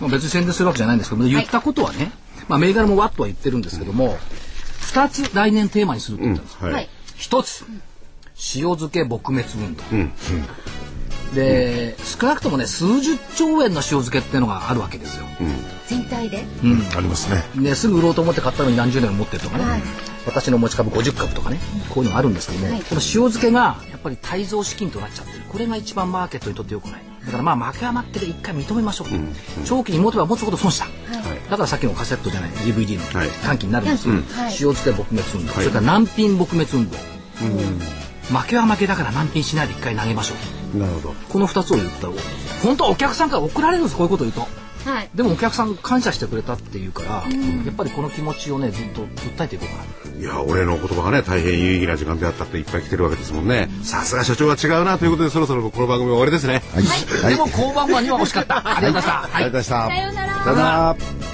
[SPEAKER 1] まあ、別に宣伝するわけじゃないんですけども言ったことはね、まあ、銘柄もわっとは言ってるんですけども、二2つ来年テーマにするって言ったんです、
[SPEAKER 6] は
[SPEAKER 4] はいい
[SPEAKER 1] 一つ塩漬け撲滅運動、で少なくともね数十兆円の塩漬けっていうのがあるわけですよ、
[SPEAKER 6] 全体で
[SPEAKER 3] ありますね。
[SPEAKER 1] ね、すぐ売ろうと思って買ったのに何十年も持ってるとかね、私の持ち株50株とかね、こういうのがあるんですけども、この塩漬けがやっぱり改造資金となっちゃってるこれが一番マーケットにとって良くないだからまあ負け余ってる一回認めましょう、長期に持てば持つほど損した、だからさっきのカセットじゃない DVD の
[SPEAKER 4] はい
[SPEAKER 1] 短期になるんですよ、塩漬け撲滅運動、それから難品撲滅運動、負けは負けだから難品しないで一回投げましょう
[SPEAKER 4] なるほど
[SPEAKER 1] この2つを言ったら本当はお客さんから怒られるんですこういうことを言うと。
[SPEAKER 6] はい
[SPEAKER 1] でもお客さん感謝してくれたっていうから、やっぱりこの気持ちをねずっと訴えていこうかない
[SPEAKER 4] や俺の言葉がね大変有意義な時間であったっていっぱい来てるわけですもんねさすが所長は違うなということでそろそろこの番組終わりですね
[SPEAKER 3] はい、はい、あり
[SPEAKER 1] でも交番はには惜しかったありがとうございました、はい
[SPEAKER 3] がとうございました。
[SPEAKER 6] さようなら
[SPEAKER 3] さようなら。